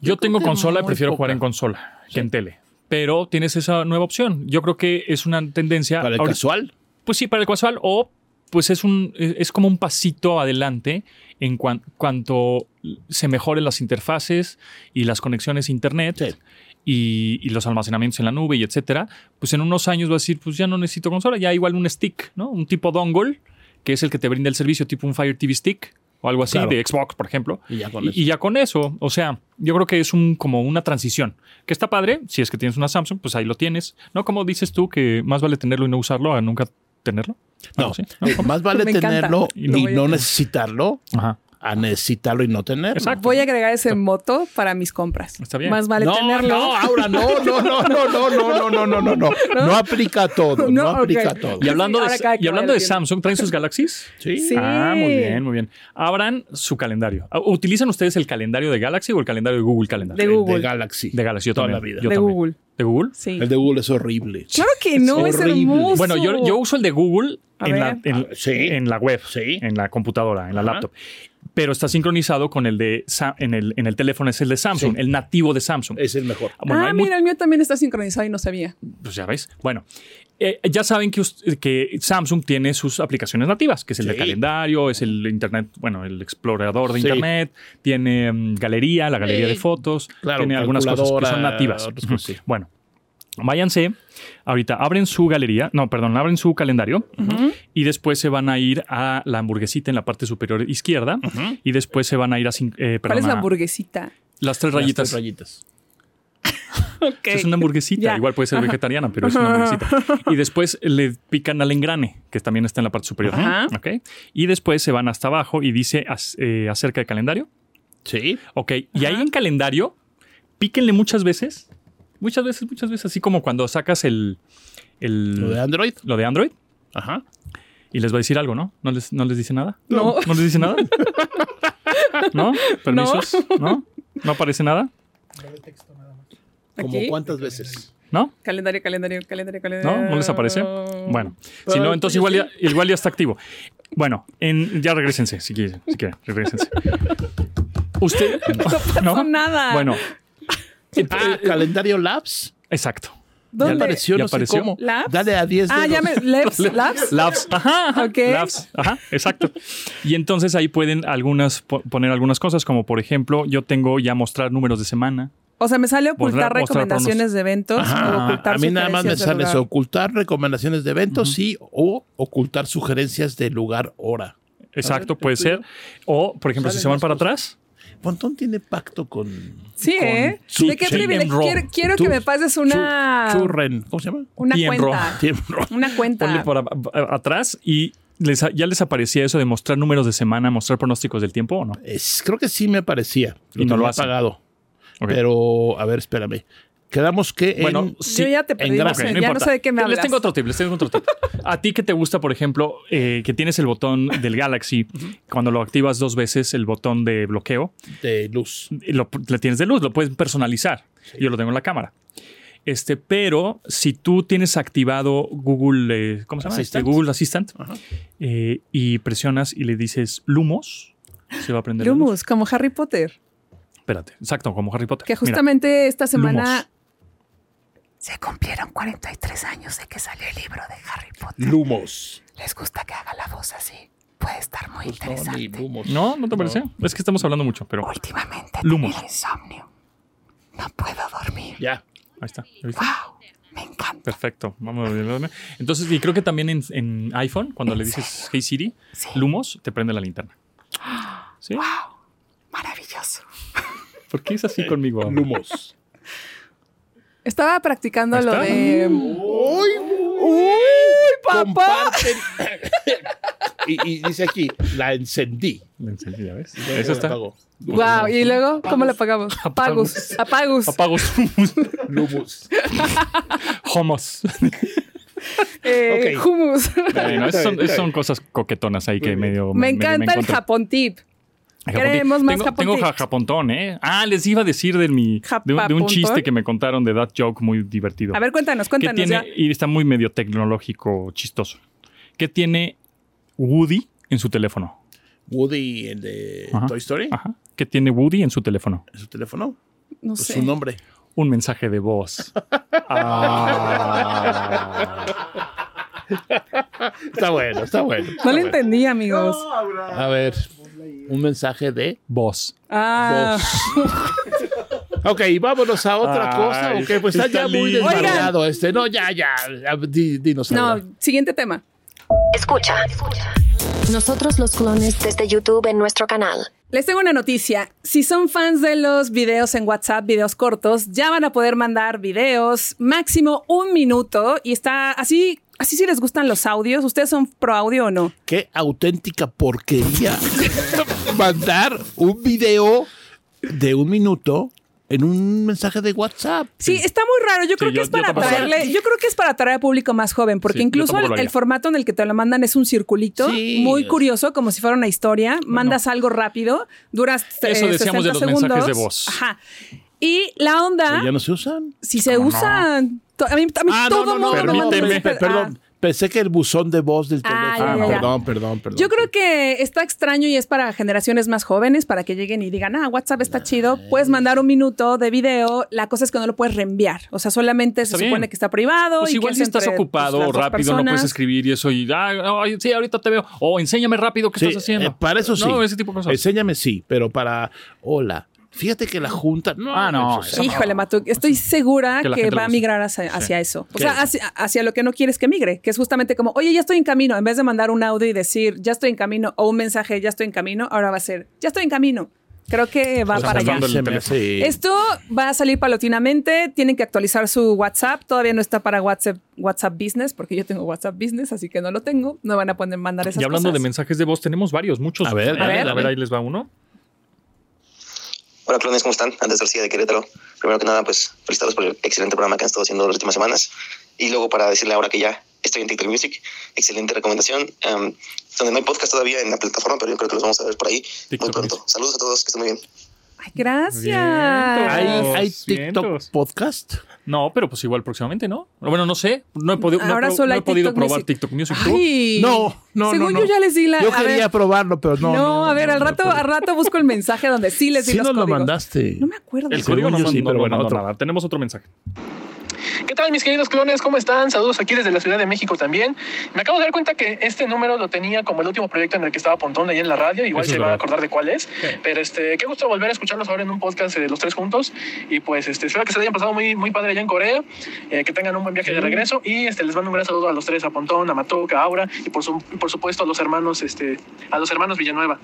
[SPEAKER 7] Yo tengo
[SPEAKER 6] que
[SPEAKER 7] consola y
[SPEAKER 6] muy
[SPEAKER 7] prefiero jugar
[SPEAKER 6] poca.
[SPEAKER 7] en consola que en tele. Pero tienes esa nueva opción. Yo creo que es una tendencia.
[SPEAKER 6] Para el
[SPEAKER 7] ahorita-
[SPEAKER 6] casual.
[SPEAKER 7] Pues sí, para el casual. O pues es un es es como un pasito adelante en cuan- cuanto se mejoren las interfaces y las conexiones a internet
[SPEAKER 6] Sí.
[SPEAKER 7] y, y los almacenamientos en la nube y etcétera. Pues en unos años vas a decir, pues ya no necesito consola, ya igual un stick, ¿no? Un tipo dongle, que es el que te brinda el servicio, tipo un Fire TV Stick o algo así,
[SPEAKER 6] Claro.
[SPEAKER 7] de Xbox, por ejemplo.
[SPEAKER 6] Y ya con
[SPEAKER 7] Y-
[SPEAKER 6] eso.
[SPEAKER 7] y ya con eso, o sea, yo creo que es un como una transición. Que está padre, si es que tienes una Samsung, pues ahí lo tienes. No como dices tú que más vale tenerlo y no usarlo a nunca tenerlo.
[SPEAKER 6] No,
[SPEAKER 7] Algo así.
[SPEAKER 6] eh, más vale
[SPEAKER 5] Me encanta.
[SPEAKER 6] tenerlo
[SPEAKER 5] Y lo
[SPEAKER 6] y
[SPEAKER 5] voy a
[SPEAKER 6] no
[SPEAKER 5] hacer.
[SPEAKER 6] necesitarlo
[SPEAKER 7] Ajá.
[SPEAKER 6] a necesitarlo y no tenerlo.
[SPEAKER 7] Exacto.
[SPEAKER 5] Voy a agregar ese moto para mis compras.
[SPEAKER 7] Está bien. ah.
[SPEAKER 5] Más vale
[SPEAKER 6] no,
[SPEAKER 5] tenerlo.
[SPEAKER 6] no, Aura, no, no, no, no, no, no, no, no, no, no, no, no aplica todo, no,
[SPEAKER 5] No, ok.
[SPEAKER 6] aplica todo.
[SPEAKER 7] Y hablando,
[SPEAKER 5] ahora cada
[SPEAKER 7] de,
[SPEAKER 5] quien
[SPEAKER 7] y hablando
[SPEAKER 5] vaya
[SPEAKER 7] de
[SPEAKER 5] viendo.
[SPEAKER 7] Samsung, ¿traen sus Galaxies?
[SPEAKER 6] Sí.
[SPEAKER 5] Sí.
[SPEAKER 7] Ah, muy bien, muy bien. Abran su calendario. Ah, ¿Utilizan ustedes el calendario de Galaxy o el calendario de Google Calendar?
[SPEAKER 5] De
[SPEAKER 6] El
[SPEAKER 5] Google.
[SPEAKER 6] de Galaxy.
[SPEAKER 7] De Galaxy, yo
[SPEAKER 6] toda
[SPEAKER 7] también.
[SPEAKER 6] la vida.
[SPEAKER 7] yo
[SPEAKER 5] de
[SPEAKER 7] también.
[SPEAKER 5] Google.
[SPEAKER 7] ¿De Google?
[SPEAKER 5] Sí.
[SPEAKER 6] El de Google es horrible.
[SPEAKER 5] Claro que no, es,
[SPEAKER 6] horrible.
[SPEAKER 5] hermoso.
[SPEAKER 7] Bueno, yo, yo uso el de Google
[SPEAKER 5] A
[SPEAKER 7] en la,
[SPEAKER 5] ver.
[SPEAKER 7] en,
[SPEAKER 6] Ah, sí.
[SPEAKER 7] en la web,
[SPEAKER 6] Sí.
[SPEAKER 7] en la computadora, en la
[SPEAKER 6] Ajá.
[SPEAKER 7] laptop. Pero está sincronizado con el de Sa- en el, en el teléfono, es el de Samsung,
[SPEAKER 6] Sí.
[SPEAKER 7] el nativo de Samsung.
[SPEAKER 6] Es el mejor.
[SPEAKER 7] Bueno,
[SPEAKER 5] ah,
[SPEAKER 7] hay mu-
[SPEAKER 5] mira, el mío también está sincronizado y no sabía.
[SPEAKER 7] pues ya ves. Bueno, eh, ya saben que, us- que Samsung tiene sus aplicaciones nativas, que es el de
[SPEAKER 6] Sí.
[SPEAKER 7] calendario, es el Internet, bueno, el explorador de
[SPEAKER 6] Sí. Eh,
[SPEAKER 7] Internet, tiene mm, galería, la galería de fotos,
[SPEAKER 6] Claro,
[SPEAKER 7] tiene algunas cosas que son
[SPEAKER 6] calculadora,
[SPEAKER 7] nativas.
[SPEAKER 6] otras cosas,
[SPEAKER 7] Ujú.
[SPEAKER 6] sí.
[SPEAKER 7] Bueno, váyanse, ahorita abren su galería, no, perdón, abren su calendario y después se van a ir a la hamburguesita en la parte superior izquierda y después se van a ir a... sin- eh,
[SPEAKER 5] ¿Cuál
[SPEAKER 7] perdón,
[SPEAKER 5] es la
[SPEAKER 7] a-
[SPEAKER 5] hamburguesita?
[SPEAKER 7] Las tres
[SPEAKER 6] Las
[SPEAKER 7] rayitas.
[SPEAKER 6] tres rayitas.
[SPEAKER 7] O sea, es una hamburguesita,
[SPEAKER 5] Ya.
[SPEAKER 7] igual puede ser vegetariana, pero es una hamburguesita. Y después le pican al engrane, que también está en la parte superior.
[SPEAKER 5] Ajá.
[SPEAKER 7] ¿ok? Y después se van hasta abajo y dice as- eh, acerca de calendario.
[SPEAKER 6] Sí.
[SPEAKER 7] Ok, y ahí en calendario, píquenle muchas veces, muchas veces, muchas veces, así como cuando sacas el, el-
[SPEAKER 6] Lo de Android.
[SPEAKER 7] lo de Android
[SPEAKER 6] Ajá.
[SPEAKER 7] y les va a decir algo, ¿no? ¿No les, no les dice nada?
[SPEAKER 5] No.
[SPEAKER 7] ¿No les dice nada? ¿No? ¿Permisos? ¿No? ¿No aparece nada?
[SPEAKER 6] ¿Como
[SPEAKER 5] Aquí.
[SPEAKER 6] cuántas veces?
[SPEAKER 7] ¿No?
[SPEAKER 5] Calendario, calendario, calendario, calendario.
[SPEAKER 7] ¿No? ¿No les aparece? Bueno, si no, entonces igual ya, igual ya está activo. Bueno, en- ya regresense, si quieren, si quieren, regresense. Usted. No
[SPEAKER 5] nada.
[SPEAKER 7] Bueno,
[SPEAKER 6] Ah, calendario Labs.
[SPEAKER 7] exacto.
[SPEAKER 6] Ya
[SPEAKER 5] ¿Dónde?
[SPEAKER 6] apareció,
[SPEAKER 7] ya
[SPEAKER 6] no
[SPEAKER 7] apareció.
[SPEAKER 6] sé cómo.
[SPEAKER 5] ¿Labs?
[SPEAKER 6] Dale a 10
[SPEAKER 5] Ah, ya me.
[SPEAKER 6] dedos.
[SPEAKER 5] Labs, labs.
[SPEAKER 7] Labs, ajá, ajá,
[SPEAKER 5] Ok.
[SPEAKER 7] Labs, ajá, exacto. Y entonces ahí pueden algunas po- poner algunas cosas, como por ejemplo, yo tengo ya mostrar números de semana.
[SPEAKER 5] O sea, me sale ocultar
[SPEAKER 7] Mostrar- mostrar
[SPEAKER 5] recomendaciones de eventos. o
[SPEAKER 6] Ajá.
[SPEAKER 5] Ah, ocultar
[SPEAKER 6] A mí nada más me
[SPEAKER 5] sugerencias de
[SPEAKER 6] sale
[SPEAKER 5] lugar.
[SPEAKER 6] eso, ocultar recomendaciones de eventos sí, o ocultar sugerencias de lugar, hora.
[SPEAKER 7] Exacto, puede ser. O, por ejemplo, si
[SPEAKER 6] Salen
[SPEAKER 7] se van
[SPEAKER 6] las
[SPEAKER 7] para atrás,
[SPEAKER 6] Pontón tiene pacto con
[SPEAKER 5] Sí, ¿eh?
[SPEAKER 7] su-
[SPEAKER 5] ¿De qué
[SPEAKER 7] su-
[SPEAKER 5] privilegio?
[SPEAKER 7] Enron.
[SPEAKER 5] Quiero, quiero que
[SPEAKER 6] Chu-
[SPEAKER 5] me pases una,
[SPEAKER 6] Chu- Churren. ¿Cómo se llama?
[SPEAKER 5] una
[SPEAKER 7] Y Enron.
[SPEAKER 5] cuenta.
[SPEAKER 6] Tiembro.
[SPEAKER 5] Una
[SPEAKER 7] ponle
[SPEAKER 5] cuenta.
[SPEAKER 7] para a- a- atrás y les, ya les aparecía eso de mostrar números de semana, mostrar pronósticos del tiempo o no.
[SPEAKER 6] Es- creo que sí me parecía.
[SPEAKER 7] Y
[SPEAKER 6] Lo
[SPEAKER 7] no lo
[SPEAKER 6] tenía
[SPEAKER 7] hacen.
[SPEAKER 6] pagado.
[SPEAKER 7] Ok.
[SPEAKER 6] Pero, a ver, espérame. Quedamos que
[SPEAKER 7] Bueno,
[SPEAKER 6] en-
[SPEAKER 5] Yo ya te perdí. no
[SPEAKER 6] engrase.
[SPEAKER 5] sé,
[SPEAKER 7] Ok,
[SPEAKER 5] ya no
[SPEAKER 7] importa.
[SPEAKER 5] sé de qué me hablas.
[SPEAKER 7] Les tengo otro tip, les tengo otro tip. A ti que te gusta, por ejemplo, eh, que tienes el botón del Galaxy, cuando lo activas dos veces, el botón de bloqueo,
[SPEAKER 6] de luz.
[SPEAKER 7] y lo, le tienes de luz, lo puedes personalizar. Yo lo tengo en la cámara. Este, pero si tú tienes activado Google, eh, ¿cómo se llama? Este,
[SPEAKER 6] Assistant.
[SPEAKER 7] Google Assistant eh, y presionas y le dices Lumos, se va a prender. la luz.
[SPEAKER 5] Lumus, como Harry Potter,
[SPEAKER 7] Espérate, exacto, como Harry Potter.
[SPEAKER 5] que
[SPEAKER 7] Mira,
[SPEAKER 5] justamente esta semana
[SPEAKER 7] Lumos.
[SPEAKER 5] se cumplieron 43 años de que salió el libro de Harry Potter.
[SPEAKER 6] Lumos. Pues
[SPEAKER 5] ¿Les gusta que haga la voz así? Puede estar muy
[SPEAKER 6] No, ni
[SPEAKER 5] interesante.
[SPEAKER 6] lumos.
[SPEAKER 7] No, no te parece. Es que estamos hablando mucho, pero ahí
[SPEAKER 5] Últimamente
[SPEAKER 7] Lumos.
[SPEAKER 5] tengo insomnio. No puedo dormir.
[SPEAKER 6] Ya.
[SPEAKER 7] está. ¿ya viste?
[SPEAKER 5] ¡Wow! Me encanta.
[SPEAKER 7] Perfecto. Vamos a ver. Entonces, y creo que también en, en iPhone, cuando le dices Hey Siri,
[SPEAKER 5] Sí.
[SPEAKER 7] Lumos, te prende la linterna. ¿Sí?
[SPEAKER 5] Maravilloso.
[SPEAKER 7] ¿Por qué es así conmigo? ahora?
[SPEAKER 6] Lumos.
[SPEAKER 5] Estaba practicando
[SPEAKER 7] Ahí
[SPEAKER 5] lo
[SPEAKER 7] está.
[SPEAKER 5] de.
[SPEAKER 6] Mm. Comparten. y, y dice aquí, la encendí.
[SPEAKER 7] Sí, ¿ya ves?
[SPEAKER 6] Ya
[SPEAKER 7] Eso
[SPEAKER 6] la
[SPEAKER 7] está.
[SPEAKER 6] apago.
[SPEAKER 5] ¡Wow! ¿Y luego cómo lo apagamos?
[SPEAKER 7] Apagus.
[SPEAKER 5] Apagus. Apagus.
[SPEAKER 7] Apagos.
[SPEAKER 6] Lumos.
[SPEAKER 7] Homos.
[SPEAKER 5] Eh,
[SPEAKER 6] Ok.
[SPEAKER 5] Hummus.
[SPEAKER 6] está
[SPEAKER 7] Bueno, esas son,
[SPEAKER 6] bien, está
[SPEAKER 7] son cosas coquetonas ahí que medio.
[SPEAKER 5] Me
[SPEAKER 7] medio
[SPEAKER 5] encanta el
[SPEAKER 7] encontré.
[SPEAKER 5] Japón Tip.
[SPEAKER 7] Japón.
[SPEAKER 5] Queremos más
[SPEAKER 7] tengo,
[SPEAKER 5] Japón
[SPEAKER 7] tengo
[SPEAKER 5] Tips.
[SPEAKER 7] ja- japontón, ¿eh? Ah, les iba a decir de, mi, de, un, de un
[SPEAKER 5] Japapontón.
[SPEAKER 7] chiste que me contaron de That Joke muy divertido.
[SPEAKER 5] A ver, cuéntanos,
[SPEAKER 7] que
[SPEAKER 5] cuéntanos.
[SPEAKER 7] tiene,
[SPEAKER 5] ya.
[SPEAKER 7] y está muy medio tecnológico, chistoso. ¿Qué tiene Woody en su teléfono?
[SPEAKER 6] Woody, el de
[SPEAKER 7] Ajá. Ah.
[SPEAKER 6] Toy Story,
[SPEAKER 7] Ajá. ¿Qué tiene Woody en su teléfono?
[SPEAKER 6] en su teléfono.
[SPEAKER 5] No
[SPEAKER 6] Pues
[SPEAKER 5] sé.
[SPEAKER 6] su nombre.
[SPEAKER 7] Un mensaje de voz.
[SPEAKER 6] Está bueno, está bueno.
[SPEAKER 5] No le entendí, amigos.
[SPEAKER 6] A ver, un mensaje de
[SPEAKER 7] Voz.
[SPEAKER 5] Ah.
[SPEAKER 6] Ok, vámonos a otra
[SPEAKER 7] Ay,
[SPEAKER 6] cosa. Ok, pues está,
[SPEAKER 7] está
[SPEAKER 6] ya muy
[SPEAKER 7] lindo.
[SPEAKER 6] desvariado este. No, ya, ya. ya, di- dinos
[SPEAKER 5] No,
[SPEAKER 6] ahora.
[SPEAKER 5] siguiente tema.
[SPEAKER 4] Escucha. Nosotros los clones desde YouTube en nuestro canal.
[SPEAKER 5] Les tengo una noticia. Si son fans de los videos en WhatsApp, videos cortos, ya van a poder mandar videos máximo un minuto y está así. Así si les gustan los audios, ¿ustedes son pro audio o no?
[SPEAKER 6] Qué auténtica porquería mandar un video de un minuto en un mensaje de WhatsApp.
[SPEAKER 5] Sí, está muy raro. Yo creo
[SPEAKER 7] yo-
[SPEAKER 5] que es
[SPEAKER 7] yo
[SPEAKER 5] para
[SPEAKER 7] tampoco.
[SPEAKER 5] atraerle, yo creo que es para atraer al público más joven, porque
[SPEAKER 7] Sí, yo
[SPEAKER 5] incluso
[SPEAKER 7] tampoco
[SPEAKER 5] el,
[SPEAKER 7] lo haría.
[SPEAKER 5] el formato en el que te lo mandan es un circulito
[SPEAKER 6] Sí,
[SPEAKER 5] muy
[SPEAKER 6] es-
[SPEAKER 5] curioso, como si fuera una historia. Mandas algo rápido, duras eh,
[SPEAKER 7] Eso
[SPEAKER 5] 60
[SPEAKER 7] decíamos de los
[SPEAKER 5] segundos.
[SPEAKER 7] mensajes de voz.
[SPEAKER 5] Ajá. Y la onda,
[SPEAKER 6] Pero ya no se usan.
[SPEAKER 5] si se usan, to- a mí, a mí
[SPEAKER 6] Ah, no, no,
[SPEAKER 5] todo
[SPEAKER 6] no.
[SPEAKER 5] mundo me manda
[SPEAKER 7] permíteme.
[SPEAKER 5] mensajes,
[SPEAKER 6] Pe-
[SPEAKER 5] pero-
[SPEAKER 6] Perdón,
[SPEAKER 5] ah.
[SPEAKER 6] pensé que el buzón de voz del
[SPEAKER 5] Ah,
[SPEAKER 6] teléfono.
[SPEAKER 5] ya, ya, ya.
[SPEAKER 6] perdón, perdón, perdón.
[SPEAKER 5] Yo creo que está extraño y es para generaciones más jóvenes, para que lleguen y digan, ah, WhatsApp está chido, puedes mandar un minuto de video, la cosa es que no lo puedes reenviar, o sea, solamente se
[SPEAKER 7] Está bien.
[SPEAKER 5] supone que está privado.
[SPEAKER 7] Pues
[SPEAKER 5] y
[SPEAKER 7] igual
[SPEAKER 5] que
[SPEAKER 7] si
[SPEAKER 5] es
[SPEAKER 7] estás
[SPEAKER 5] entre,
[SPEAKER 7] ocupado
[SPEAKER 5] pues, las dos
[SPEAKER 7] rápido, no puedes
[SPEAKER 5] personas.
[SPEAKER 7] escribir y eso y ah, ay, sí, ahorita te veo. O enséñame rápido qué
[SPEAKER 6] Sí,
[SPEAKER 7] estás haciendo.
[SPEAKER 6] eh, para eso sí.
[SPEAKER 7] No, ese tipo de cosas.
[SPEAKER 6] Enséñame sí, pero para. Hola. Fíjate que la junta. No,
[SPEAKER 7] Ah, no,
[SPEAKER 6] eso-
[SPEAKER 7] eso
[SPEAKER 5] Híjole, Matu, estoy segura
[SPEAKER 7] Que la
[SPEAKER 5] que
[SPEAKER 7] gente lo
[SPEAKER 5] va a
[SPEAKER 7] usa.
[SPEAKER 5] migrar hacia, hacia eso. O sea,
[SPEAKER 6] Sí.
[SPEAKER 5] hacia, hacia lo que no quieres que migre, que es justamente como, oye, ya estoy en camino. En vez de mandar un audio y decir, ya estoy en camino, o un mensaje, ya estoy en camino, ahora va a ser, ya estoy en camino. Creo que va
[SPEAKER 7] O sea,
[SPEAKER 5] para allá.
[SPEAKER 7] salvando el
[SPEAKER 6] Se me
[SPEAKER 7] teléfono.
[SPEAKER 6] hace-
[SPEAKER 5] Esto va a salir paulatinamente. Tienen que actualizar su WhatsApp. Todavía no está para WhatsApp, WhatsApp Business, porque yo tengo WhatsApp Business, así que no lo tengo. No van a poder mandar esas
[SPEAKER 7] Y hablando de
[SPEAKER 5] cosas.
[SPEAKER 7] mensajes de voz, tenemos varios, muchos.
[SPEAKER 6] A ver,
[SPEAKER 5] a ver,
[SPEAKER 7] a
[SPEAKER 5] a
[SPEAKER 7] ver,
[SPEAKER 5] ver.
[SPEAKER 7] ahí les va uno.
[SPEAKER 9] Hola clones, ¿cómo están? Andrés García de Querétaro. Primero que nada, pues felicitaros por el excelente programa que han estado haciendo las últimas semanas. Y luego para decirle ahora que ya estoy en TikTok Music, excelente recomendación. em, donde no hay podcast todavía en la plataforma, pero yo creo que los vamos a ver por ahí muy
[SPEAKER 7] TikTok
[SPEAKER 9] pronto.
[SPEAKER 7] Music.
[SPEAKER 9] Saludos a todos, que estén muy bien.
[SPEAKER 5] Ay, gracias.
[SPEAKER 7] Bien.
[SPEAKER 6] ¿Hay, hay
[SPEAKER 7] Cientos.
[SPEAKER 6] TikTok podcast?
[SPEAKER 7] No, pero pues igual próximamente, ¿no? Bueno, no sé. No he, podido- no he
[SPEAKER 5] Ahora
[SPEAKER 7] pro-
[SPEAKER 5] solo
[SPEAKER 7] no
[SPEAKER 5] hay
[SPEAKER 7] he podido
[SPEAKER 5] TikTok
[SPEAKER 7] probar
[SPEAKER 5] Music.
[SPEAKER 7] TikTok Music. ¿Tú?
[SPEAKER 5] Ay.
[SPEAKER 6] No, no,
[SPEAKER 5] Según
[SPEAKER 6] no,
[SPEAKER 5] yo
[SPEAKER 6] no.
[SPEAKER 5] ya les di la.
[SPEAKER 6] Yo
[SPEAKER 5] a ver.
[SPEAKER 6] quería probarlo, pero no.
[SPEAKER 5] No, a ver, al
[SPEAKER 6] no,
[SPEAKER 5] rato,
[SPEAKER 6] no puedo.
[SPEAKER 5] al rato busco el mensaje donde sí les di
[SPEAKER 6] Sí
[SPEAKER 5] los
[SPEAKER 6] nos lo
[SPEAKER 5] códigos.
[SPEAKER 6] mandaste.
[SPEAKER 5] No me acuerdo.
[SPEAKER 7] El
[SPEAKER 6] Según
[SPEAKER 7] código no,
[SPEAKER 6] yo sí,
[SPEAKER 7] mandó-
[SPEAKER 6] pero
[SPEAKER 7] no
[SPEAKER 6] bueno,
[SPEAKER 7] mandó
[SPEAKER 6] otro.
[SPEAKER 7] nada. Tenemos otro mensaje.
[SPEAKER 10] ¿Qué tal mis queridos clones? ¿Cómo están? Saludos aquí desde la Ciudad de México también. Me acabo de dar cuenta que este número lo tenía como el último proyecto en el que estaba Pontón ahí en la radio. Igual
[SPEAKER 7] Eso es
[SPEAKER 10] se van a
[SPEAKER 7] verdad.
[SPEAKER 10] acordar de cuál es. Pero este, qué gusto volver a escucharlos ahora en un podcast de los tres juntos. Y pues este, espero que se la hayan pasado muy, muy padre allá en Corea. eh, que tengan un buen viaje de regreso. Y este, les mando un gran saludo a los tres, a Pontón, a Matoca, a Aura y por, su- y por supuesto a los hermanos, este, a los hermanos Villanueva.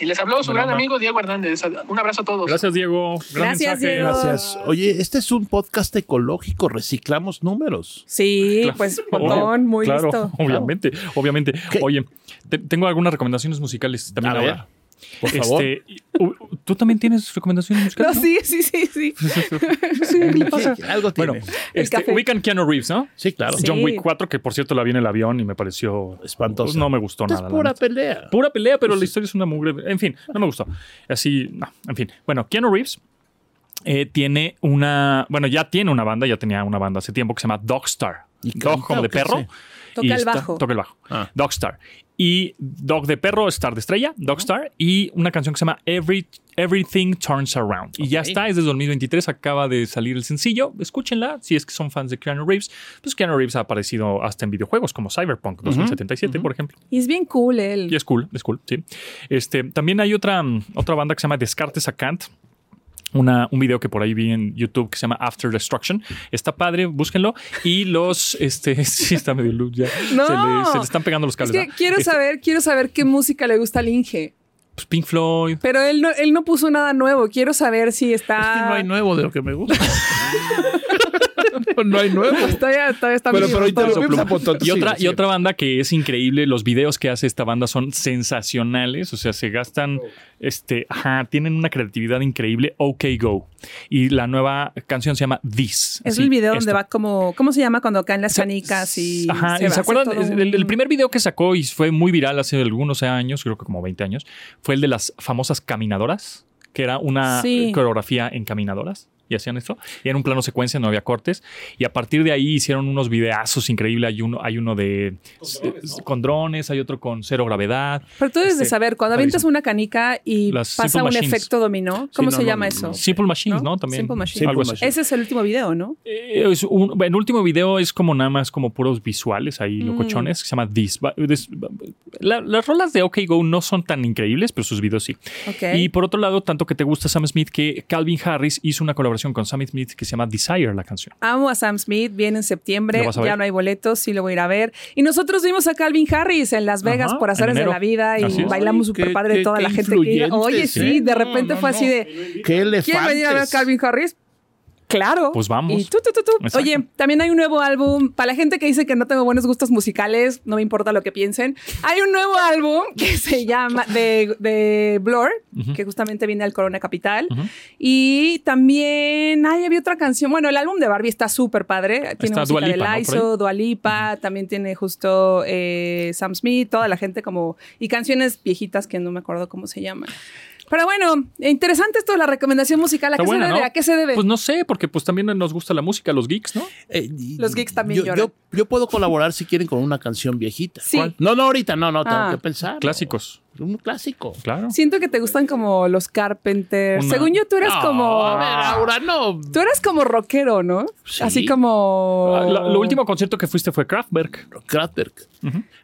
[SPEAKER 10] Y les habló su
[SPEAKER 7] Buena
[SPEAKER 10] gran
[SPEAKER 7] onda.
[SPEAKER 10] amigo Diego Hernández. Un abrazo a todos.
[SPEAKER 7] Gracias, Diego. Gran
[SPEAKER 5] Pues, Gracias,
[SPEAKER 7] mensaje.
[SPEAKER 5] Diego.
[SPEAKER 6] Gracias. Oye, este es un podcast ecológico, reciclamos números.
[SPEAKER 5] Sí,
[SPEAKER 7] Claro.
[SPEAKER 5] pues montón, muy
[SPEAKER 7] Claro,
[SPEAKER 5] listo.
[SPEAKER 7] Obviamente, obviamente.
[SPEAKER 6] ¿Qué?
[SPEAKER 7] Oye, te- tengo algunas recomendaciones musicales también
[SPEAKER 6] A ver,
[SPEAKER 7] ahora.
[SPEAKER 6] por favor.
[SPEAKER 7] Este, y- u- ¿Tú también tienes recomendaciones
[SPEAKER 5] No,
[SPEAKER 7] musicales? no?
[SPEAKER 5] sí, sí, sí, sí.
[SPEAKER 6] Sí, algo tiene.
[SPEAKER 7] Bueno,
[SPEAKER 5] El
[SPEAKER 7] este,
[SPEAKER 5] café.
[SPEAKER 7] ubican Keanu Reeves, ¿no?
[SPEAKER 6] sí, claro.
[SPEAKER 5] Sí.
[SPEAKER 7] John Wick 4, que por cierto la vi en el avión y me pareció
[SPEAKER 6] Espantosa.
[SPEAKER 7] pues, no me gustó
[SPEAKER 6] Esto
[SPEAKER 7] nada.
[SPEAKER 6] es
[SPEAKER 7] la
[SPEAKER 6] pura
[SPEAKER 7] neta.
[SPEAKER 6] pelea.
[SPEAKER 7] Pura pelea, pero la historia es una mugre. En fin, no me gustó. Así, no, en fin. Bueno, Keanu Reeves eh, tiene una. Bueno, ya tiene una banda, ya tenía una banda hace tiempo que se llama Dogstar.
[SPEAKER 6] ¿Y
[SPEAKER 7] Dog
[SPEAKER 6] canta
[SPEAKER 7] como
[SPEAKER 6] o
[SPEAKER 7] de
[SPEAKER 6] qué
[SPEAKER 7] perro.
[SPEAKER 6] hace?
[SPEAKER 5] Toca
[SPEAKER 7] y
[SPEAKER 5] el
[SPEAKER 7] está-
[SPEAKER 5] bajo.
[SPEAKER 7] Toca el bajo.
[SPEAKER 6] Ah.
[SPEAKER 7] Dogstar. Y Dog de perro, Star de estrella, Dogstar. Y una canción que se llama Every, Everything Turns Around. Y ya
[SPEAKER 6] Ok.
[SPEAKER 7] está, es de 2023, acaba de salir el sencillo. Escúchenla, si es que son fans de Keanu Reeves. Pues Keanu Reeves ha aparecido hasta en videojuegos como Cyberpunk 2077, por ejemplo.
[SPEAKER 5] Y es bien cool él.
[SPEAKER 7] Y es cool, es cool, sí. Este, también hay otra, mm, otra banda que se llama Descartes a Kant. Una, un video que por ahí vi en YouTube que se llama After Destruction. Está padre, búsquenlo. Y los, este, sí, está medio luz ya.
[SPEAKER 5] No.
[SPEAKER 7] Se, le, se le están pegando los
[SPEAKER 5] Es
[SPEAKER 7] cables.
[SPEAKER 5] que
[SPEAKER 7] ¿verdad?
[SPEAKER 5] quiero
[SPEAKER 7] Este,
[SPEAKER 5] saber, quiero saber qué música le gusta al Inge.
[SPEAKER 7] pues, Pink Floyd.
[SPEAKER 5] Pero él no, él no puso nada nuevo. Quiero saber si
[SPEAKER 6] Es que no
[SPEAKER 5] está.
[SPEAKER 6] hay nuevo de lo que me gusta. no hay nuevo.
[SPEAKER 5] Todavía- todavía está
[SPEAKER 6] Pero,
[SPEAKER 5] vivo,
[SPEAKER 6] pero ahorita
[SPEAKER 5] todavía-
[SPEAKER 6] lo vemos a punto.
[SPEAKER 7] Y otra,
[SPEAKER 6] Sigue,
[SPEAKER 7] y
[SPEAKER 6] sigue.
[SPEAKER 7] otra banda que es increíble, los videos que hace esta banda son sensacionales, o sea, se gastan, este, ajá, tienen una creatividad increíble, OK Go. Y la nueva canción se llama This.
[SPEAKER 5] Es
[SPEAKER 7] así,
[SPEAKER 5] el video donde
[SPEAKER 7] esto.
[SPEAKER 5] va como. ¿Cómo se llama cuando caen las
[SPEAKER 7] Se-
[SPEAKER 5] canicas y.
[SPEAKER 7] Ajá,
[SPEAKER 5] se
[SPEAKER 7] ¿se,
[SPEAKER 5] va a hacer
[SPEAKER 7] acuerdan?
[SPEAKER 5] todo
[SPEAKER 7] Es- El, el
[SPEAKER 5] un-
[SPEAKER 7] primer video que sacó y fue muy viral hace algunos años, creo que como 20 años, fue el de las famosas caminadoras, que era una
[SPEAKER 5] Sí.
[SPEAKER 7] eh, coreografía en caminadoras. Y hacían esto. Y era un plano secuencia, no había cortes. Y a partir de ahí hicieron unos videazos increíbles. Hay uno, hay uno de s- con drones, hay otro con cero gravedad.
[SPEAKER 5] Pero tú debes de
[SPEAKER 7] Este,
[SPEAKER 5] saber, cuando avientas
[SPEAKER 7] padrísimo.
[SPEAKER 5] una canica y
[SPEAKER 7] Las
[SPEAKER 5] pasa
[SPEAKER 7] Simple
[SPEAKER 5] un
[SPEAKER 7] Machines.
[SPEAKER 5] efecto dominó, ¿cómo
[SPEAKER 6] no,
[SPEAKER 5] se
[SPEAKER 6] no,
[SPEAKER 5] llama
[SPEAKER 6] no,
[SPEAKER 5] eso?
[SPEAKER 6] no.
[SPEAKER 7] Simple Machines, ¿no?
[SPEAKER 5] ¿no?
[SPEAKER 7] También.
[SPEAKER 5] Simple Machines.
[SPEAKER 7] Algo así.
[SPEAKER 6] Machines.
[SPEAKER 5] Ese es el último video, ¿no?
[SPEAKER 7] Eh, es un- el último video es como nada más como puros visuales ahí, locochones, que se llama This. Va- This- va- la- las rolas de OK Go no son tan increíbles, pero sus videos sí.
[SPEAKER 5] Ok.
[SPEAKER 7] Y por otro lado, tanto que te gusta Sam Smith que Calvin Harris hizo una colaboración con Sam Smith que se llama Desire, la canción.
[SPEAKER 5] Amo a Sam Smith, viene en septiembre,
[SPEAKER 7] ¿Lo vas a
[SPEAKER 5] ya
[SPEAKER 7] ver?
[SPEAKER 5] no hay boletos, sí lo voy a ir a ver. Y nosotros vimos a Calvin Harris en Las Vegas
[SPEAKER 7] Ajá,
[SPEAKER 5] por
[SPEAKER 7] en
[SPEAKER 5] azares de
[SPEAKER 7] enero.
[SPEAKER 5] la vida
[SPEAKER 7] Así
[SPEAKER 5] y
[SPEAKER 7] es.
[SPEAKER 5] bailamos
[SPEAKER 6] Ay,
[SPEAKER 5] súper
[SPEAKER 6] qué-
[SPEAKER 5] padre
[SPEAKER 6] qué-
[SPEAKER 5] toda
[SPEAKER 6] qué
[SPEAKER 5] la gente que iba. Oye,
[SPEAKER 6] influyentes,
[SPEAKER 5] sí,
[SPEAKER 6] ¿eh?
[SPEAKER 5] de
[SPEAKER 6] No,
[SPEAKER 5] repente
[SPEAKER 6] no,
[SPEAKER 5] fue
[SPEAKER 6] no.
[SPEAKER 5] así de
[SPEAKER 6] ¿Qué elefantes?
[SPEAKER 5] ¿Quieren venir a ver a Calvin Harris? Claro.
[SPEAKER 7] Pues vamos.
[SPEAKER 5] Y tú, tú, tú, tú.
[SPEAKER 7] Exacto.
[SPEAKER 5] Oye, también hay un nuevo álbum. Para la gente que dice que no tengo buenos gustos musicales, no me importa lo que piensen. Hay un nuevo álbum que se llama de, de Blur, que justamente viene al Corona Capital. Y también hay había otra canción. Bueno, el álbum de Barbie está súper padre. Tiene
[SPEAKER 7] Está
[SPEAKER 5] música
[SPEAKER 7] Dua Lipa,
[SPEAKER 5] de
[SPEAKER 7] ¿no? Por
[SPEAKER 5] Lizzo, Dua Lipa, también tiene justo eh, Sam Smith, toda la gente como... Y canciones viejitas que no me acuerdo cómo se llaman. Pero bueno, interesante esto de la recomendación musical. ¿A
[SPEAKER 7] Está
[SPEAKER 5] qué
[SPEAKER 7] buena,
[SPEAKER 5] se debe?
[SPEAKER 7] ¿no?
[SPEAKER 5] ¿A qué se debe?
[SPEAKER 7] Pues no sé, porque pues también nos gusta la música, los geeks, ¿no?
[SPEAKER 6] Eh, y-
[SPEAKER 5] Los geeks también
[SPEAKER 6] yo,
[SPEAKER 5] lloran.
[SPEAKER 6] Yo, yo puedo colaborar si quieren con una canción viejita.
[SPEAKER 5] Sí. ¿Cuál?
[SPEAKER 6] No, no, ahorita, no, no, tengo
[SPEAKER 5] Ah.
[SPEAKER 6] que pensar.
[SPEAKER 7] Clásicos,
[SPEAKER 6] Un clásico.
[SPEAKER 7] claro.
[SPEAKER 5] Siento que te gustan como los Carpenters.
[SPEAKER 7] Una- Ah.
[SPEAKER 5] Según yo, tú eras
[SPEAKER 6] No, a ver,
[SPEAKER 5] como...
[SPEAKER 6] Aura, no.
[SPEAKER 5] Tú eras como rockero, ¿no?
[SPEAKER 6] Sí.
[SPEAKER 5] Así como...
[SPEAKER 7] Ah, la- lo último concierto que fuiste fue Kraftwerk,
[SPEAKER 6] Kraftwerk.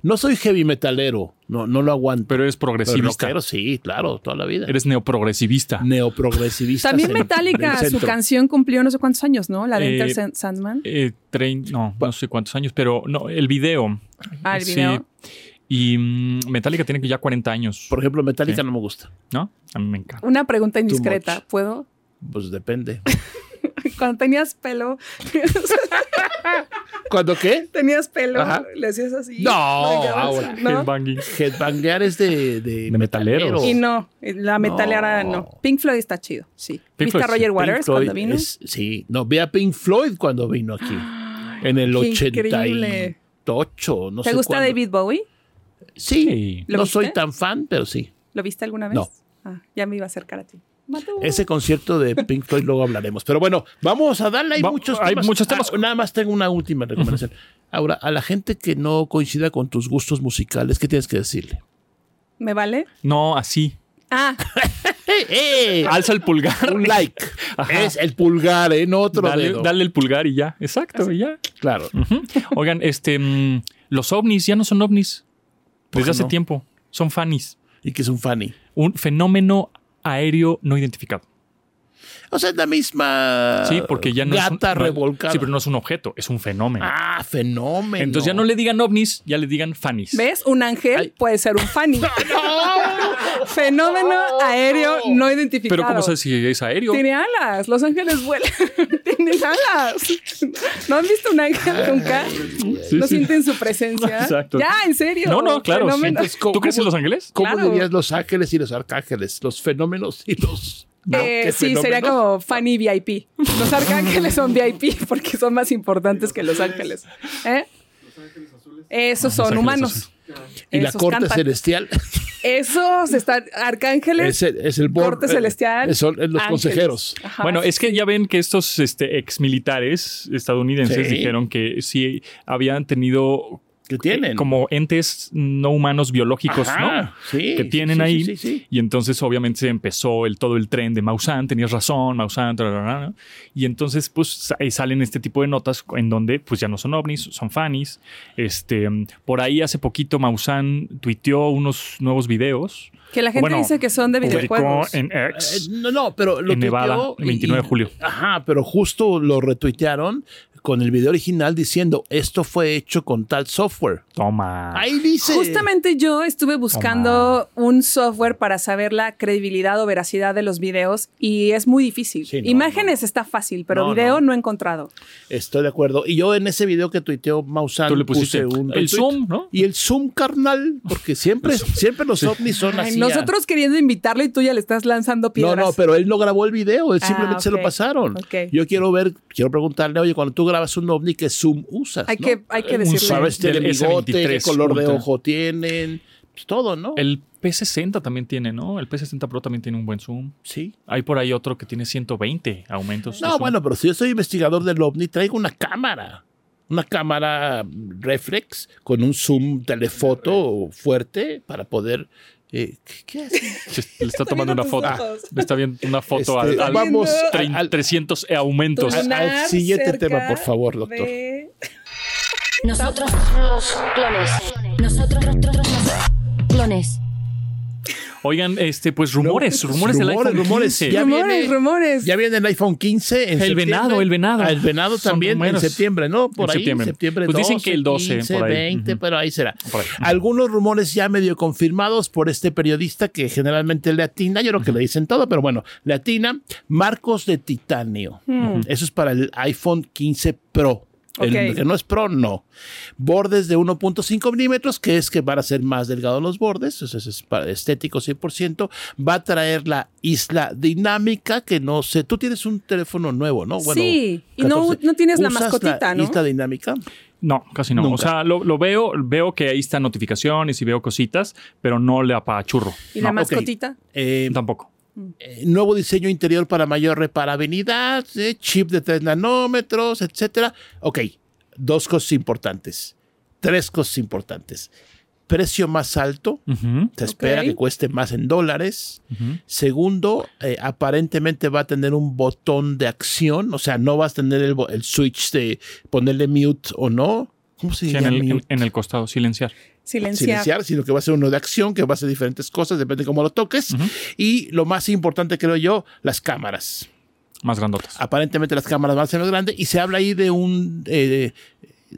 [SPEAKER 6] No soy heavy metalero. No, no lo aguanto.
[SPEAKER 7] pero eres
[SPEAKER 6] Pero
[SPEAKER 7] progresivista.
[SPEAKER 6] rockero, sí, claro, toda la vida.
[SPEAKER 7] eres neoprogresivista.
[SPEAKER 6] neoprogresivista.
[SPEAKER 5] También Metallica, su canción cumplió no sé cuántos años, ¿no? La de
[SPEAKER 7] Eh,
[SPEAKER 5] Enter Sand- Sandman.
[SPEAKER 7] Eh, trein- no, no sé cuántos años, pero no, el video.
[SPEAKER 5] Ah, el
[SPEAKER 7] Sí.
[SPEAKER 5] video.
[SPEAKER 7] Y mm, Metallica tiene que ya 40 años,
[SPEAKER 6] Por ejemplo, Metallica
[SPEAKER 7] Sí.
[SPEAKER 6] no me gusta.
[SPEAKER 7] ¿no? A mí me encanta.
[SPEAKER 5] Una pregunta indiscreta,
[SPEAKER 6] much.
[SPEAKER 5] ¿puedo?
[SPEAKER 6] Pues depende.
[SPEAKER 5] Cuando tenías pelo,
[SPEAKER 6] ¿Cuándo qué?
[SPEAKER 5] tenías pelo,
[SPEAKER 6] Ajá.
[SPEAKER 5] le hacías así.
[SPEAKER 6] No,
[SPEAKER 5] le quedabas,
[SPEAKER 6] Oh, ahora,
[SPEAKER 5] ¿no?
[SPEAKER 7] Headbanging.
[SPEAKER 6] Headbanguear es de, de,
[SPEAKER 7] De metaleros.
[SPEAKER 5] Y no, la metalera no. Pink Floyd está chido, sí.
[SPEAKER 7] Pink
[SPEAKER 5] ¿Viste a
[SPEAKER 7] Floyd, sí.
[SPEAKER 5] Roger
[SPEAKER 7] Pink
[SPEAKER 5] Waters cuando
[SPEAKER 6] Floyd
[SPEAKER 5] vino?
[SPEAKER 6] es- sí, no, ve a Pink Floyd cuando vino aquí. En el
[SPEAKER 5] qué
[SPEAKER 6] 88, no sé
[SPEAKER 5] ¿Te gusta
[SPEAKER 6] cuándo.
[SPEAKER 5] David Bowie?
[SPEAKER 6] Sí,
[SPEAKER 7] Sí.
[SPEAKER 5] ¿Lo
[SPEAKER 6] no
[SPEAKER 5] viste?
[SPEAKER 6] soy tan fan, pero sí.
[SPEAKER 5] ¿Lo viste alguna vez?
[SPEAKER 6] No.
[SPEAKER 5] Ah, ya me iba a acercar a ti. Matú.
[SPEAKER 6] Ese concierto de Pink Floyd luego hablaremos. Pero bueno, vamos a darle. Hay
[SPEAKER 7] Va-
[SPEAKER 6] muchos
[SPEAKER 7] hay
[SPEAKER 6] temas.
[SPEAKER 7] muchos temas.
[SPEAKER 6] Ah, nada más tengo una última recomendación. Ahora, a la gente que no coincida con tus gustos musicales, ¿qué tienes que decirle?
[SPEAKER 5] ¿Me vale?
[SPEAKER 7] No, así.
[SPEAKER 5] Ah,
[SPEAKER 6] ¡Eh, eh!
[SPEAKER 7] Alza el pulgar.
[SPEAKER 6] Un like.
[SPEAKER 7] Ajá.
[SPEAKER 6] Es el pulgar, ¿eh? No otro
[SPEAKER 7] Dale, Mm.
[SPEAKER 6] dedo.
[SPEAKER 7] dale el pulgar y ya. Exacto, y ya.
[SPEAKER 6] Claro.
[SPEAKER 7] Ujú. Oigan, este, mm, los ovnis ya no son ovnis
[SPEAKER 6] ¿Por qué
[SPEAKER 7] desde hace
[SPEAKER 6] no?
[SPEAKER 7] tiempo. Son fanis.
[SPEAKER 6] Y que es un fanny.
[SPEAKER 7] Un fenómeno aéreo no identificado.
[SPEAKER 6] O sea, es la misma.
[SPEAKER 7] Sí, porque ya no es. un-
[SPEAKER 6] Ah, Gata
[SPEAKER 7] no-
[SPEAKER 6] revolcada.
[SPEAKER 7] Sí, pero no es un objeto, es un fenómeno.
[SPEAKER 6] Ah, fenómeno.
[SPEAKER 7] Entonces ya no le digan ovnis, ya le digan fanis.
[SPEAKER 5] ¿ves? Un ángel
[SPEAKER 6] Ay.
[SPEAKER 5] puede ser un fanny. Fenómeno aéreo no identificado.
[SPEAKER 7] Pero ¿cómo sabes si es aéreo?
[SPEAKER 5] Tiene alas, los ángeles vuelan. Tienen alas. ¿No han visto un ángel nunca? ¿No sienten su presencia?
[SPEAKER 7] Exacto.
[SPEAKER 5] Ya, en serio.
[SPEAKER 7] No, no, claro.
[SPEAKER 5] Fenómeno.
[SPEAKER 7] sientes- ¿Tú crees en Los Ángeles?
[SPEAKER 6] ¿Cómo
[SPEAKER 5] Claro.
[SPEAKER 6] dirías los ángeles y los arcángeles? Los fenómenos y los. no,
[SPEAKER 5] Eh,
[SPEAKER 6] ¿qué
[SPEAKER 5] sí, sería
[SPEAKER 6] fenómenos?
[SPEAKER 5] como Fanny VIP. Los arcángeles son VIP porque son más importantes que los ángeles. ¿Eh? Esos
[SPEAKER 7] Los
[SPEAKER 5] son
[SPEAKER 7] ángeles
[SPEAKER 5] humanos.
[SPEAKER 6] Y la
[SPEAKER 5] Esos
[SPEAKER 6] corte
[SPEAKER 5] eh, cantan.
[SPEAKER 6] celestial.
[SPEAKER 5] Esos están arcángeles.
[SPEAKER 6] Es el, es el bor-
[SPEAKER 5] Corte
[SPEAKER 6] eh,
[SPEAKER 5] celestial.
[SPEAKER 6] Son los
[SPEAKER 5] ángeles.
[SPEAKER 6] consejeros.
[SPEAKER 5] Ajá.
[SPEAKER 7] Bueno, es que ya ven que estos este, exmilitares estadounidenses
[SPEAKER 6] Sí.
[SPEAKER 7] dijeron que sí habían tenido
[SPEAKER 6] Que tienen.
[SPEAKER 7] como entes no humanos biológicos,
[SPEAKER 6] Ajá,
[SPEAKER 7] ¿no?
[SPEAKER 6] sí,
[SPEAKER 7] que
[SPEAKER 6] sí,
[SPEAKER 7] tienen
[SPEAKER 6] sí,
[SPEAKER 7] ahí.
[SPEAKER 6] sí, sí, sí.
[SPEAKER 7] Y entonces obviamente se empezó el, todo el tren de Maussan, tenías razón, Maussan, tra, tra, tra, ¿no? y entonces pues sa- ahí salen este tipo de notas en donde pues ya no son ovnis, son fanis. Este, mm, por ahí hace poquito Maussan tuiteó unos nuevos videos.
[SPEAKER 5] Que la gente
[SPEAKER 7] Bueno,
[SPEAKER 5] dice que son de
[SPEAKER 7] Publicó
[SPEAKER 5] videojuegos.
[SPEAKER 7] en
[SPEAKER 6] Eh,
[SPEAKER 7] X.
[SPEAKER 6] no, no, pero lo
[SPEAKER 7] En Nevada,
[SPEAKER 6] tuiteó
[SPEAKER 7] el 29 de julio.
[SPEAKER 6] Ajá, pero justo lo retuitearon con el video original diciendo esto fue hecho con tal software.
[SPEAKER 7] Toma.
[SPEAKER 6] Ahí dice.
[SPEAKER 5] Justamente yo estuve buscando un software para saber la credibilidad o veracidad de los videos y es muy difícil.
[SPEAKER 6] Sí, no,
[SPEAKER 5] Imágenes está fácil, pero
[SPEAKER 6] No,
[SPEAKER 5] video
[SPEAKER 6] no.
[SPEAKER 5] no. he encontrado.
[SPEAKER 6] Estoy de acuerdo. Y yo en ese video que tuiteó Maussan
[SPEAKER 7] Tú le pusiste
[SPEAKER 6] puse un
[SPEAKER 7] el
[SPEAKER 6] retweet.
[SPEAKER 7] zoom, ¿no?
[SPEAKER 6] Y el zoom carnal, porque siempre, siempre los ovnis son
[SPEAKER 5] Ay,
[SPEAKER 6] así.
[SPEAKER 5] nosotros queriendo invitarlo y tú ya le estás lanzando
[SPEAKER 6] No,
[SPEAKER 5] piedras.
[SPEAKER 6] no, pero él no grabó el video, él
[SPEAKER 5] Ah,
[SPEAKER 6] simplemente se lo
[SPEAKER 5] ok.
[SPEAKER 6] pasaron.
[SPEAKER 5] Ok.
[SPEAKER 6] Yo quiero ver, quiero preguntarle, oye, cuando tú grabas un ovni, ¿qué zoom usas?
[SPEAKER 5] Hay
[SPEAKER 6] no?
[SPEAKER 5] que, hay que
[SPEAKER 7] Un
[SPEAKER 5] decirle.
[SPEAKER 6] ¿Sabes
[SPEAKER 7] Del
[SPEAKER 6] tiene bigote, qué
[SPEAKER 7] S23
[SPEAKER 6] color de
[SPEAKER 7] Ultra.
[SPEAKER 6] ojo tienen? Pues todo, ¿no?
[SPEAKER 7] El P60 también tiene, ¿no? El P60 Pro también tiene un buen zoom.
[SPEAKER 6] Sí.
[SPEAKER 7] Hay por ahí otro que tiene 120 aumentos. de
[SPEAKER 6] No,
[SPEAKER 7] zoom.
[SPEAKER 6] bueno, pero si yo soy investigador del ovni, traigo una cámara. Una cámara mm, reflex con un zoom telefoto fuerte para poder... eh, ¿qué- ¿Qué hace?
[SPEAKER 7] Se- Le está
[SPEAKER 5] Está viendo
[SPEAKER 7] tomando una
[SPEAKER 5] tus
[SPEAKER 7] foto.
[SPEAKER 5] ojos.
[SPEAKER 7] Le está viendo una foto
[SPEAKER 6] Este,
[SPEAKER 7] al- al,
[SPEAKER 6] vamos
[SPEAKER 7] trein-
[SPEAKER 6] al-
[SPEAKER 7] 300 aumentos.
[SPEAKER 6] Al- al siguiente tema, por favor, doctor.
[SPEAKER 4] Nosotros los clones. Nosotros los clones.
[SPEAKER 7] Oigan, este, pues rumores, rumores, del
[SPEAKER 6] rumores,
[SPEAKER 7] iPhone
[SPEAKER 6] rumores.
[SPEAKER 7] 15.
[SPEAKER 6] Ya
[SPEAKER 5] Rumores,
[SPEAKER 6] viene-
[SPEAKER 5] rumores.
[SPEAKER 6] Ya viene el iPhone 15 en
[SPEAKER 7] El
[SPEAKER 6] septiembre.
[SPEAKER 7] venado, el venado.
[SPEAKER 6] Ah, El venado
[SPEAKER 7] Son
[SPEAKER 6] también en
[SPEAKER 7] números.
[SPEAKER 6] septiembre, ¿no? Por
[SPEAKER 7] En
[SPEAKER 6] ahí, septiembre.
[SPEAKER 7] septiembre. Pues dicen
[SPEAKER 6] 12,
[SPEAKER 7] que el 12,
[SPEAKER 6] 15,
[SPEAKER 7] por ahí.
[SPEAKER 6] 20,
[SPEAKER 7] Ujú.
[SPEAKER 6] pero ahí será.
[SPEAKER 7] Por ahí.
[SPEAKER 6] Algunos rumores ya medio confirmados por este periodista que generalmente le atina, yo creo que le dicen todo, pero bueno, le atina, marcos de titanio. Eso es para el iPhone 15 Pro. El
[SPEAKER 5] Ok.
[SPEAKER 6] que no es Pro, no. Bordes de 1.5 milímetros, que es que van a ser más delgados los bordes, eso es es para estético 100%. Va a traer la isla dinámica, que no sé, tú tienes un teléfono nuevo, ¿no?
[SPEAKER 5] Sí, y no-
[SPEAKER 6] 14.
[SPEAKER 5] no tienes la
[SPEAKER 6] ¿Usas
[SPEAKER 5] mascotita, ¿no?
[SPEAKER 6] Isla dinámica.
[SPEAKER 7] No, casi no.
[SPEAKER 6] Nunca.
[SPEAKER 7] O sea, lo, lo veo, veo que ahí están notificaciones y veo cositas, pero no le apachurro.
[SPEAKER 5] ¿Y la
[SPEAKER 6] No, ok.
[SPEAKER 5] mascotita?
[SPEAKER 6] Eh,
[SPEAKER 7] Tampoco.
[SPEAKER 6] eh, nuevo diseño interior para mayor reparabilidad, eh, chip de 3 nanómetros, etcétera. Ok, dos cosas importantes. Tres cosas importantes. Precio más alto,
[SPEAKER 7] Ujú,
[SPEAKER 6] se espera
[SPEAKER 5] Ok.
[SPEAKER 6] que cueste más en dólares.
[SPEAKER 7] ujú.
[SPEAKER 6] Segundo, eh, aparentemente va a tener un botón de acción, o sea, no vas a tener el, bo- el switch de ponerle mute o no. ¿Cómo se
[SPEAKER 7] Sí,
[SPEAKER 6] diría?
[SPEAKER 7] en, el, en-
[SPEAKER 6] mute?
[SPEAKER 7] en el costado, silenciar.
[SPEAKER 5] Silenciar.
[SPEAKER 6] silenciar, sino que va a ser uno de acción, que va a ser diferentes cosas, depende de cómo lo toques. Y lo más importante, creo yo, las cámaras.
[SPEAKER 7] Más grandotas.
[SPEAKER 6] Ah. Aparentemente las cámaras van a ser más grandes y se habla ahí de un eh,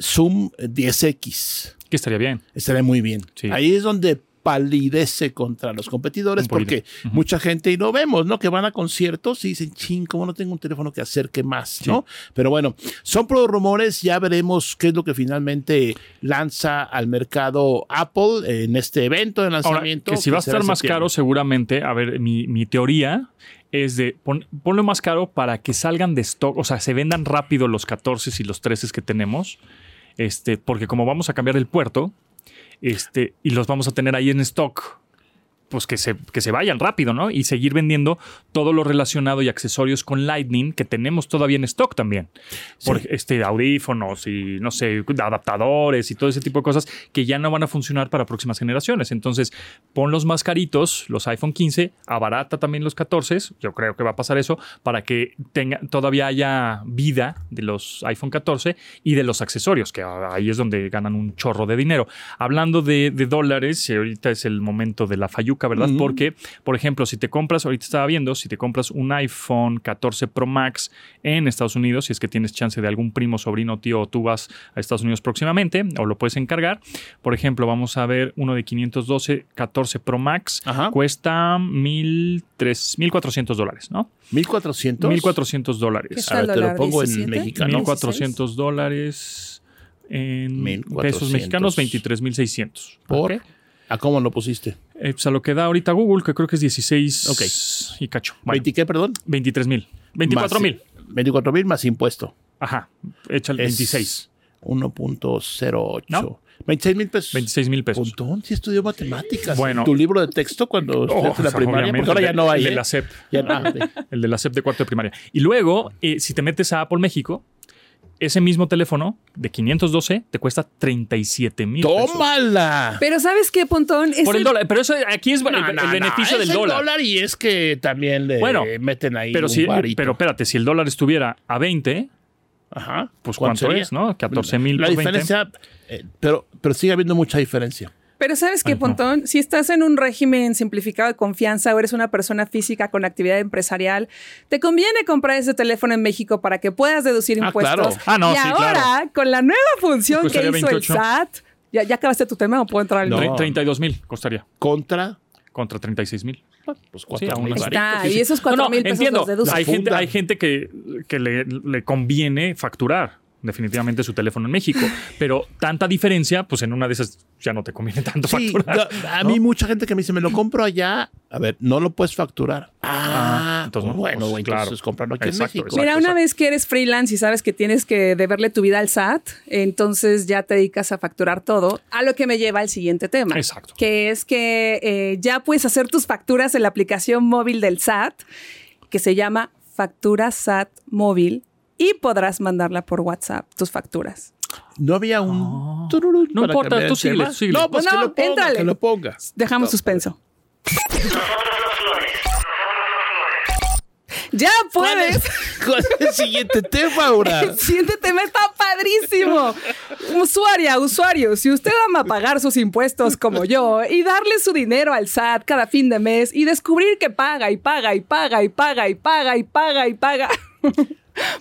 [SPEAKER 6] zoom 10X.
[SPEAKER 7] Que estaría bien.
[SPEAKER 6] Estaría muy bien.
[SPEAKER 7] Sí.
[SPEAKER 6] Ahí es donde palidece contra los competidores
[SPEAKER 7] Un poquito.
[SPEAKER 6] porque mucha gente, y lo vemos, ¿no? Que van a conciertos y dicen, ching, ¿cómo no tengo un teléfono que acerque más, ¿no? Pero bueno, son puros rumores, ya veremos qué es lo que finalmente lanza al mercado Apple en este evento de
[SPEAKER 7] Ahora,
[SPEAKER 6] lanzamiento.
[SPEAKER 7] que si va a
[SPEAKER 6] será
[SPEAKER 7] estar
[SPEAKER 6] en
[SPEAKER 7] más
[SPEAKER 6] septiembre.
[SPEAKER 7] caro, seguramente, a ver, mi, mi teoría es de pon- ponlo más caro para que salgan de stock, o sea, se vendan rápido los 14 y los 13 que tenemos, este, porque como vamos a cambiar el puerto, este, y los vamos a tener ahí en stock, pues que se, que se vayan rápido, ¿no? Y seguir vendiendo todo lo relacionado y accesorios con Lightning que tenemos todavía en stock también. Por, este, audífonos y, no sé, adaptadores y todo ese tipo de cosas que ya no van a funcionar para próximas generaciones. Entonces, pon los más caritos, los iPhone 15, abarata también los 14, yo creo que va a pasar eso, para que tenga, todavía haya vida de los iPhone 14 y de los accesorios, que ahí es donde ganan un chorro de dinero. Hablando de, de dólares, eh, ahorita es el momento de la falluca, ¿verdad? Porque, por ejemplo, si te compras, ahorita estaba viendo, si te compras un iPhone 14 Pro Max en Estados Unidos, si es que tienes chance de algún primo, sobrino, tío, o tú vas a Estados Unidos próximamente, o lo puedes encargar. Por ejemplo, vamos a ver uno de 512, 14 Pro Max,
[SPEAKER 6] Ajá.
[SPEAKER 7] cuesta 1,000, 3, 1.400 dólares, ¿no?
[SPEAKER 6] 1400.
[SPEAKER 7] 1.400
[SPEAKER 5] ¿Qué
[SPEAKER 7] dólares.
[SPEAKER 5] está
[SPEAKER 6] A
[SPEAKER 5] el
[SPEAKER 6] ver, te lo
[SPEAKER 5] dólar?
[SPEAKER 6] pongo en
[SPEAKER 5] 17?
[SPEAKER 6] mexicano.
[SPEAKER 7] 1.400 dólares en
[SPEAKER 6] 1,400.
[SPEAKER 7] pesos mexicanos, 23.600.
[SPEAKER 6] ¿Por?
[SPEAKER 7] Ok.
[SPEAKER 6] ¿A cómo lo pusiste?
[SPEAKER 7] Eh, pues a lo que da ahorita Google, que creo que es 16 y cacho. Bueno,
[SPEAKER 6] ¿20 qué, perdón?
[SPEAKER 7] 23 mil. 24
[SPEAKER 6] Más-
[SPEAKER 7] mil.
[SPEAKER 6] 24 mil más impuesto.
[SPEAKER 7] Ajá. Echa el
[SPEAKER 6] Es
[SPEAKER 7] 26.
[SPEAKER 6] 1.08.
[SPEAKER 7] ¿No?
[SPEAKER 6] 26 mil pesos.
[SPEAKER 7] 26 mil pesos.
[SPEAKER 6] Pontón, sí estudió matemáticas.
[SPEAKER 7] Bueno.
[SPEAKER 6] Bueno. Tu libro de texto cuando
[SPEAKER 7] Oh,
[SPEAKER 6] estudiaste
[SPEAKER 7] o
[SPEAKER 6] la
[SPEAKER 7] sea,
[SPEAKER 6] primaria,
[SPEAKER 7] obviamente,
[SPEAKER 6] porque ahora ya
[SPEAKER 7] el de-
[SPEAKER 6] no hay.
[SPEAKER 7] El de
[SPEAKER 6] ¿eh?
[SPEAKER 7] la SEP.
[SPEAKER 6] Ya no hay.
[SPEAKER 7] El de la SEP de cuarto de primaria. Y luego, eh, si te metes a Apple México, ese mismo teléfono de 512 te cuesta 37 mil.
[SPEAKER 6] ¡Tómala!
[SPEAKER 5] Pero ¿sabes qué, Pontón? Es
[SPEAKER 7] Por el
[SPEAKER 5] el-
[SPEAKER 7] dólar. Pero eso aquí es el,
[SPEAKER 6] No,
[SPEAKER 7] el
[SPEAKER 6] no, no,
[SPEAKER 7] beneficio
[SPEAKER 6] es
[SPEAKER 7] del
[SPEAKER 6] el
[SPEAKER 7] dólar.
[SPEAKER 6] y es que también le
[SPEAKER 7] Bueno,
[SPEAKER 6] meten ahí
[SPEAKER 7] Pero,
[SPEAKER 6] un
[SPEAKER 7] si, eh,
[SPEAKER 6] varito.
[SPEAKER 7] pero espérate, si el dólar estuviera a 20,
[SPEAKER 6] Ajá.
[SPEAKER 7] pues
[SPEAKER 6] ¿Cuánto
[SPEAKER 7] ¿cuánto
[SPEAKER 6] sería?
[SPEAKER 7] es, no? 14 mil
[SPEAKER 6] La
[SPEAKER 7] por 20.
[SPEAKER 6] diferencia, eh, pero, pero sigue habiendo mucha diferencia.
[SPEAKER 5] Pero ¿sabes qué,
[SPEAKER 7] Ajá.
[SPEAKER 5] Pontón? Si estás en un régimen simplificado de confianza o eres una persona física con actividad empresarial, te conviene comprar ese teléfono en México para que puedas deducir
[SPEAKER 6] Ah,
[SPEAKER 5] impuestos.
[SPEAKER 6] claro.
[SPEAKER 7] Ah, no,
[SPEAKER 5] y
[SPEAKER 7] sí,
[SPEAKER 5] ahora, con la nueva función que
[SPEAKER 7] Costaría
[SPEAKER 5] hizo el
[SPEAKER 7] 28.
[SPEAKER 5] SAT, ¿ya, ya acabaste tu tema o puedo entrar al
[SPEAKER 6] No.
[SPEAKER 5] mío?
[SPEAKER 7] Tre- 32 mil costaría
[SPEAKER 6] Contra,
[SPEAKER 7] contra 36 mil.
[SPEAKER 6] pues,
[SPEAKER 7] Sí,
[SPEAKER 6] cuatro
[SPEAKER 7] aún
[SPEAKER 6] mil
[SPEAKER 7] así.
[SPEAKER 6] varitos.
[SPEAKER 5] Está, y esos cuatro mil pesos
[SPEAKER 7] entiendo.
[SPEAKER 5] los deduces.
[SPEAKER 7] hay,
[SPEAKER 6] La
[SPEAKER 7] gente,
[SPEAKER 6] funda.
[SPEAKER 7] hay gente que, que le, le conviene facturar definitivamente su teléfono en México, pero tanta diferencia, pues en una de esas ya no te conviene tanto
[SPEAKER 6] Sí,
[SPEAKER 7] facturar.
[SPEAKER 6] no, a mí mucha gente que me dice, me lo compro allá. A ver, no lo puedes facturar. Ah,
[SPEAKER 7] entonces no,
[SPEAKER 6] bueno,
[SPEAKER 7] pues,
[SPEAKER 6] güey,
[SPEAKER 7] claro.
[SPEAKER 6] entonces comprarlo aquí
[SPEAKER 7] Exacto,
[SPEAKER 6] en México.
[SPEAKER 7] exacto.
[SPEAKER 5] Mira, una vez que eres freelance y sabes que tienes que deberle tu vida al SAT, entonces ya te dedicas a facturar todo, a lo que me lleva al siguiente tema.
[SPEAKER 7] Exacto.
[SPEAKER 5] Que es que eh, ya puedes hacer tus facturas en la aplicación móvil del SAT, que se llama Factura SAT Móvil, y podrás mandarla por WhatsApp tus facturas.
[SPEAKER 6] No había un... tururú
[SPEAKER 7] Ah. No
[SPEAKER 6] para
[SPEAKER 7] importa,
[SPEAKER 6] cambiar
[SPEAKER 7] tú
[SPEAKER 6] el tema.
[SPEAKER 7] síguele, tú síguele.
[SPEAKER 6] No, pues
[SPEAKER 5] No,
[SPEAKER 6] que lo ponga,
[SPEAKER 5] éntrale.
[SPEAKER 6] que lo ponga.
[SPEAKER 5] Dejamos suspenso. Ya puedes.
[SPEAKER 6] ¿Cuál es el siguiente tema, Aura?
[SPEAKER 5] El siguiente tema está padrísimo. Usuaria, usuario, si usted ama pagar sus impuestos como yo y darle su dinero al SAT cada fin de mes y descubrir que paga y paga y paga y paga y paga y paga y paga,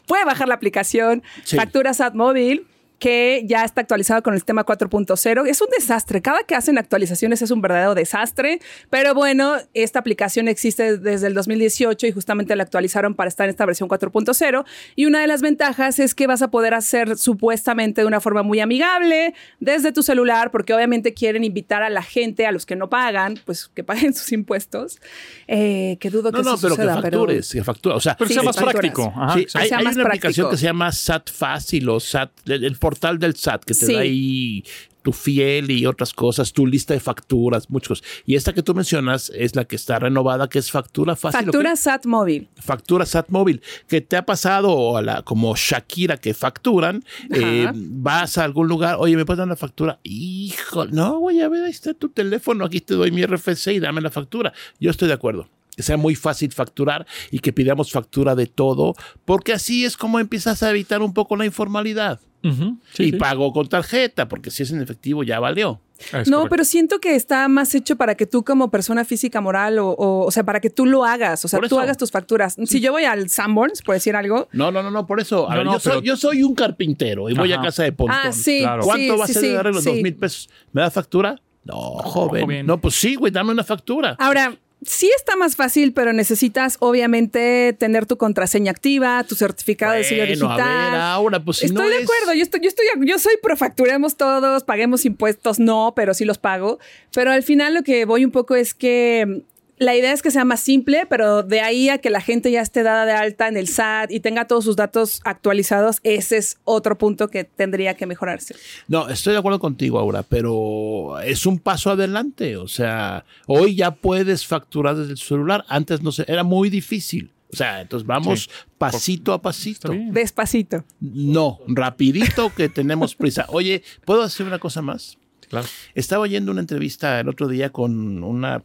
[SPEAKER 5] puede bajar la aplicación
[SPEAKER 6] Sí.
[SPEAKER 5] Factura SAT Móvil que ya está actualizado con el sistema 4.0. Es un desastre. Cada que hacen actualizaciones es un verdadero desastre. Pero bueno, esta aplicación existe desde el 2018 y justamente la actualizaron para estar en esta versión 4.0. Y una de las ventajas es que vas a poder hacer supuestamente de una forma muy amigable desde tu celular, porque obviamente quieren invitar a la gente, a los que no pagan, pues que paguen sus impuestos. Eh, que dudo
[SPEAKER 6] No,
[SPEAKER 5] que
[SPEAKER 6] no,
[SPEAKER 5] eso
[SPEAKER 6] pero que
[SPEAKER 5] suceda,
[SPEAKER 6] factures, que factura. O sea,
[SPEAKER 7] Pero
[SPEAKER 5] Sí,
[SPEAKER 7] que sea más
[SPEAKER 5] facturas.
[SPEAKER 7] práctico. Ajá,
[SPEAKER 6] sí,
[SPEAKER 7] exacto.
[SPEAKER 6] hay,
[SPEAKER 5] sea
[SPEAKER 6] hay
[SPEAKER 5] más
[SPEAKER 6] una aplicación
[SPEAKER 5] práctico.
[SPEAKER 6] que se llama SAT Fácil o SAT, el, el portal del SAT, que te
[SPEAKER 5] Sí.
[SPEAKER 6] da ahí tu fiel y otras cosas, tu lista de facturas, muchos. Y esta que tú mencionas es la que está renovada, que es factura fácil. ¿o qué?
[SPEAKER 5] Factura SAT móvil.
[SPEAKER 6] factura SAT móvil, que te ha pasado o a la, como Shakira que facturan, eh, vas a algún lugar, oye, ¿me puedes dar la factura? Hijo, no, güey, a ver, ahí está tu teléfono, aquí te doy mi RFC y dame la factura. Yo estoy de acuerdo. Que sea muy fácil facturar y que pidamos factura de todo, porque así es como empiezas a evitar un poco la informalidad.
[SPEAKER 7] Ujú, sí,
[SPEAKER 6] y
[SPEAKER 7] sí.
[SPEAKER 6] pagó con tarjeta, porque si es en efectivo ya valió.
[SPEAKER 7] Ah, es
[SPEAKER 5] No,
[SPEAKER 7] correcto.
[SPEAKER 5] pero siento que está más hecho para que tú como persona física moral o, o, o sea, para que tú lo hagas, o sea,
[SPEAKER 6] Por
[SPEAKER 5] tú
[SPEAKER 6] eso.
[SPEAKER 5] hagas tus facturas. Si yo voy al Sanborns, por decir algo.
[SPEAKER 6] No, no, no, no, por eso. A
[SPEAKER 7] No,
[SPEAKER 6] ver,
[SPEAKER 7] no,
[SPEAKER 6] yo, soy,
[SPEAKER 7] pero-
[SPEAKER 6] yo soy un carpintero y voy a
[SPEAKER 7] Ajá.
[SPEAKER 6] casa de Pontón.
[SPEAKER 5] ah, sí.
[SPEAKER 7] claro.
[SPEAKER 6] ¿Cuánto
[SPEAKER 5] sí,
[SPEAKER 6] va a
[SPEAKER 5] sí,
[SPEAKER 6] ser el
[SPEAKER 5] sí,
[SPEAKER 6] arreglo?
[SPEAKER 5] sí.
[SPEAKER 6] ¿Dos mil pesos? ¿Me da factura? No, joven.
[SPEAKER 7] joven.
[SPEAKER 6] No, pues sí, güey, dame una factura.
[SPEAKER 5] Ahora, sí está más fácil, pero necesitas obviamente tener tu contraseña activa, tu certificado de sello
[SPEAKER 6] Bueno, a
[SPEAKER 5] digital.
[SPEAKER 6] ver, ahora, pues si
[SPEAKER 5] estoy
[SPEAKER 6] no
[SPEAKER 5] de
[SPEAKER 6] es-
[SPEAKER 5] acuerdo, yo estoy, yo estoy, yo soy pro facturemos todos, paguemos impuestos, no, pero sí los pago. Pero al final lo que voy un poco es que mm, la idea es que sea más simple, pero de ahí a que la gente ya esté dada de alta en el SAT y tenga todos sus datos actualizados, ese es otro punto que tendría que mejorarse.
[SPEAKER 6] No, estoy de acuerdo contigo ahora, pero es un paso adelante. O sea, hoy ya puedes facturar desde el celular. Antes no sé, era muy difícil. O sea, entonces vamos
[SPEAKER 7] Sí.
[SPEAKER 6] pasito a
[SPEAKER 7] Está
[SPEAKER 6] pasito.
[SPEAKER 7] bien.
[SPEAKER 5] Despacito.
[SPEAKER 6] No, rapidito que tenemos prisa. Oye, ¿puedo hacer una cosa más?
[SPEAKER 7] Claro.
[SPEAKER 6] Estaba oyendo una entrevista el otro día con una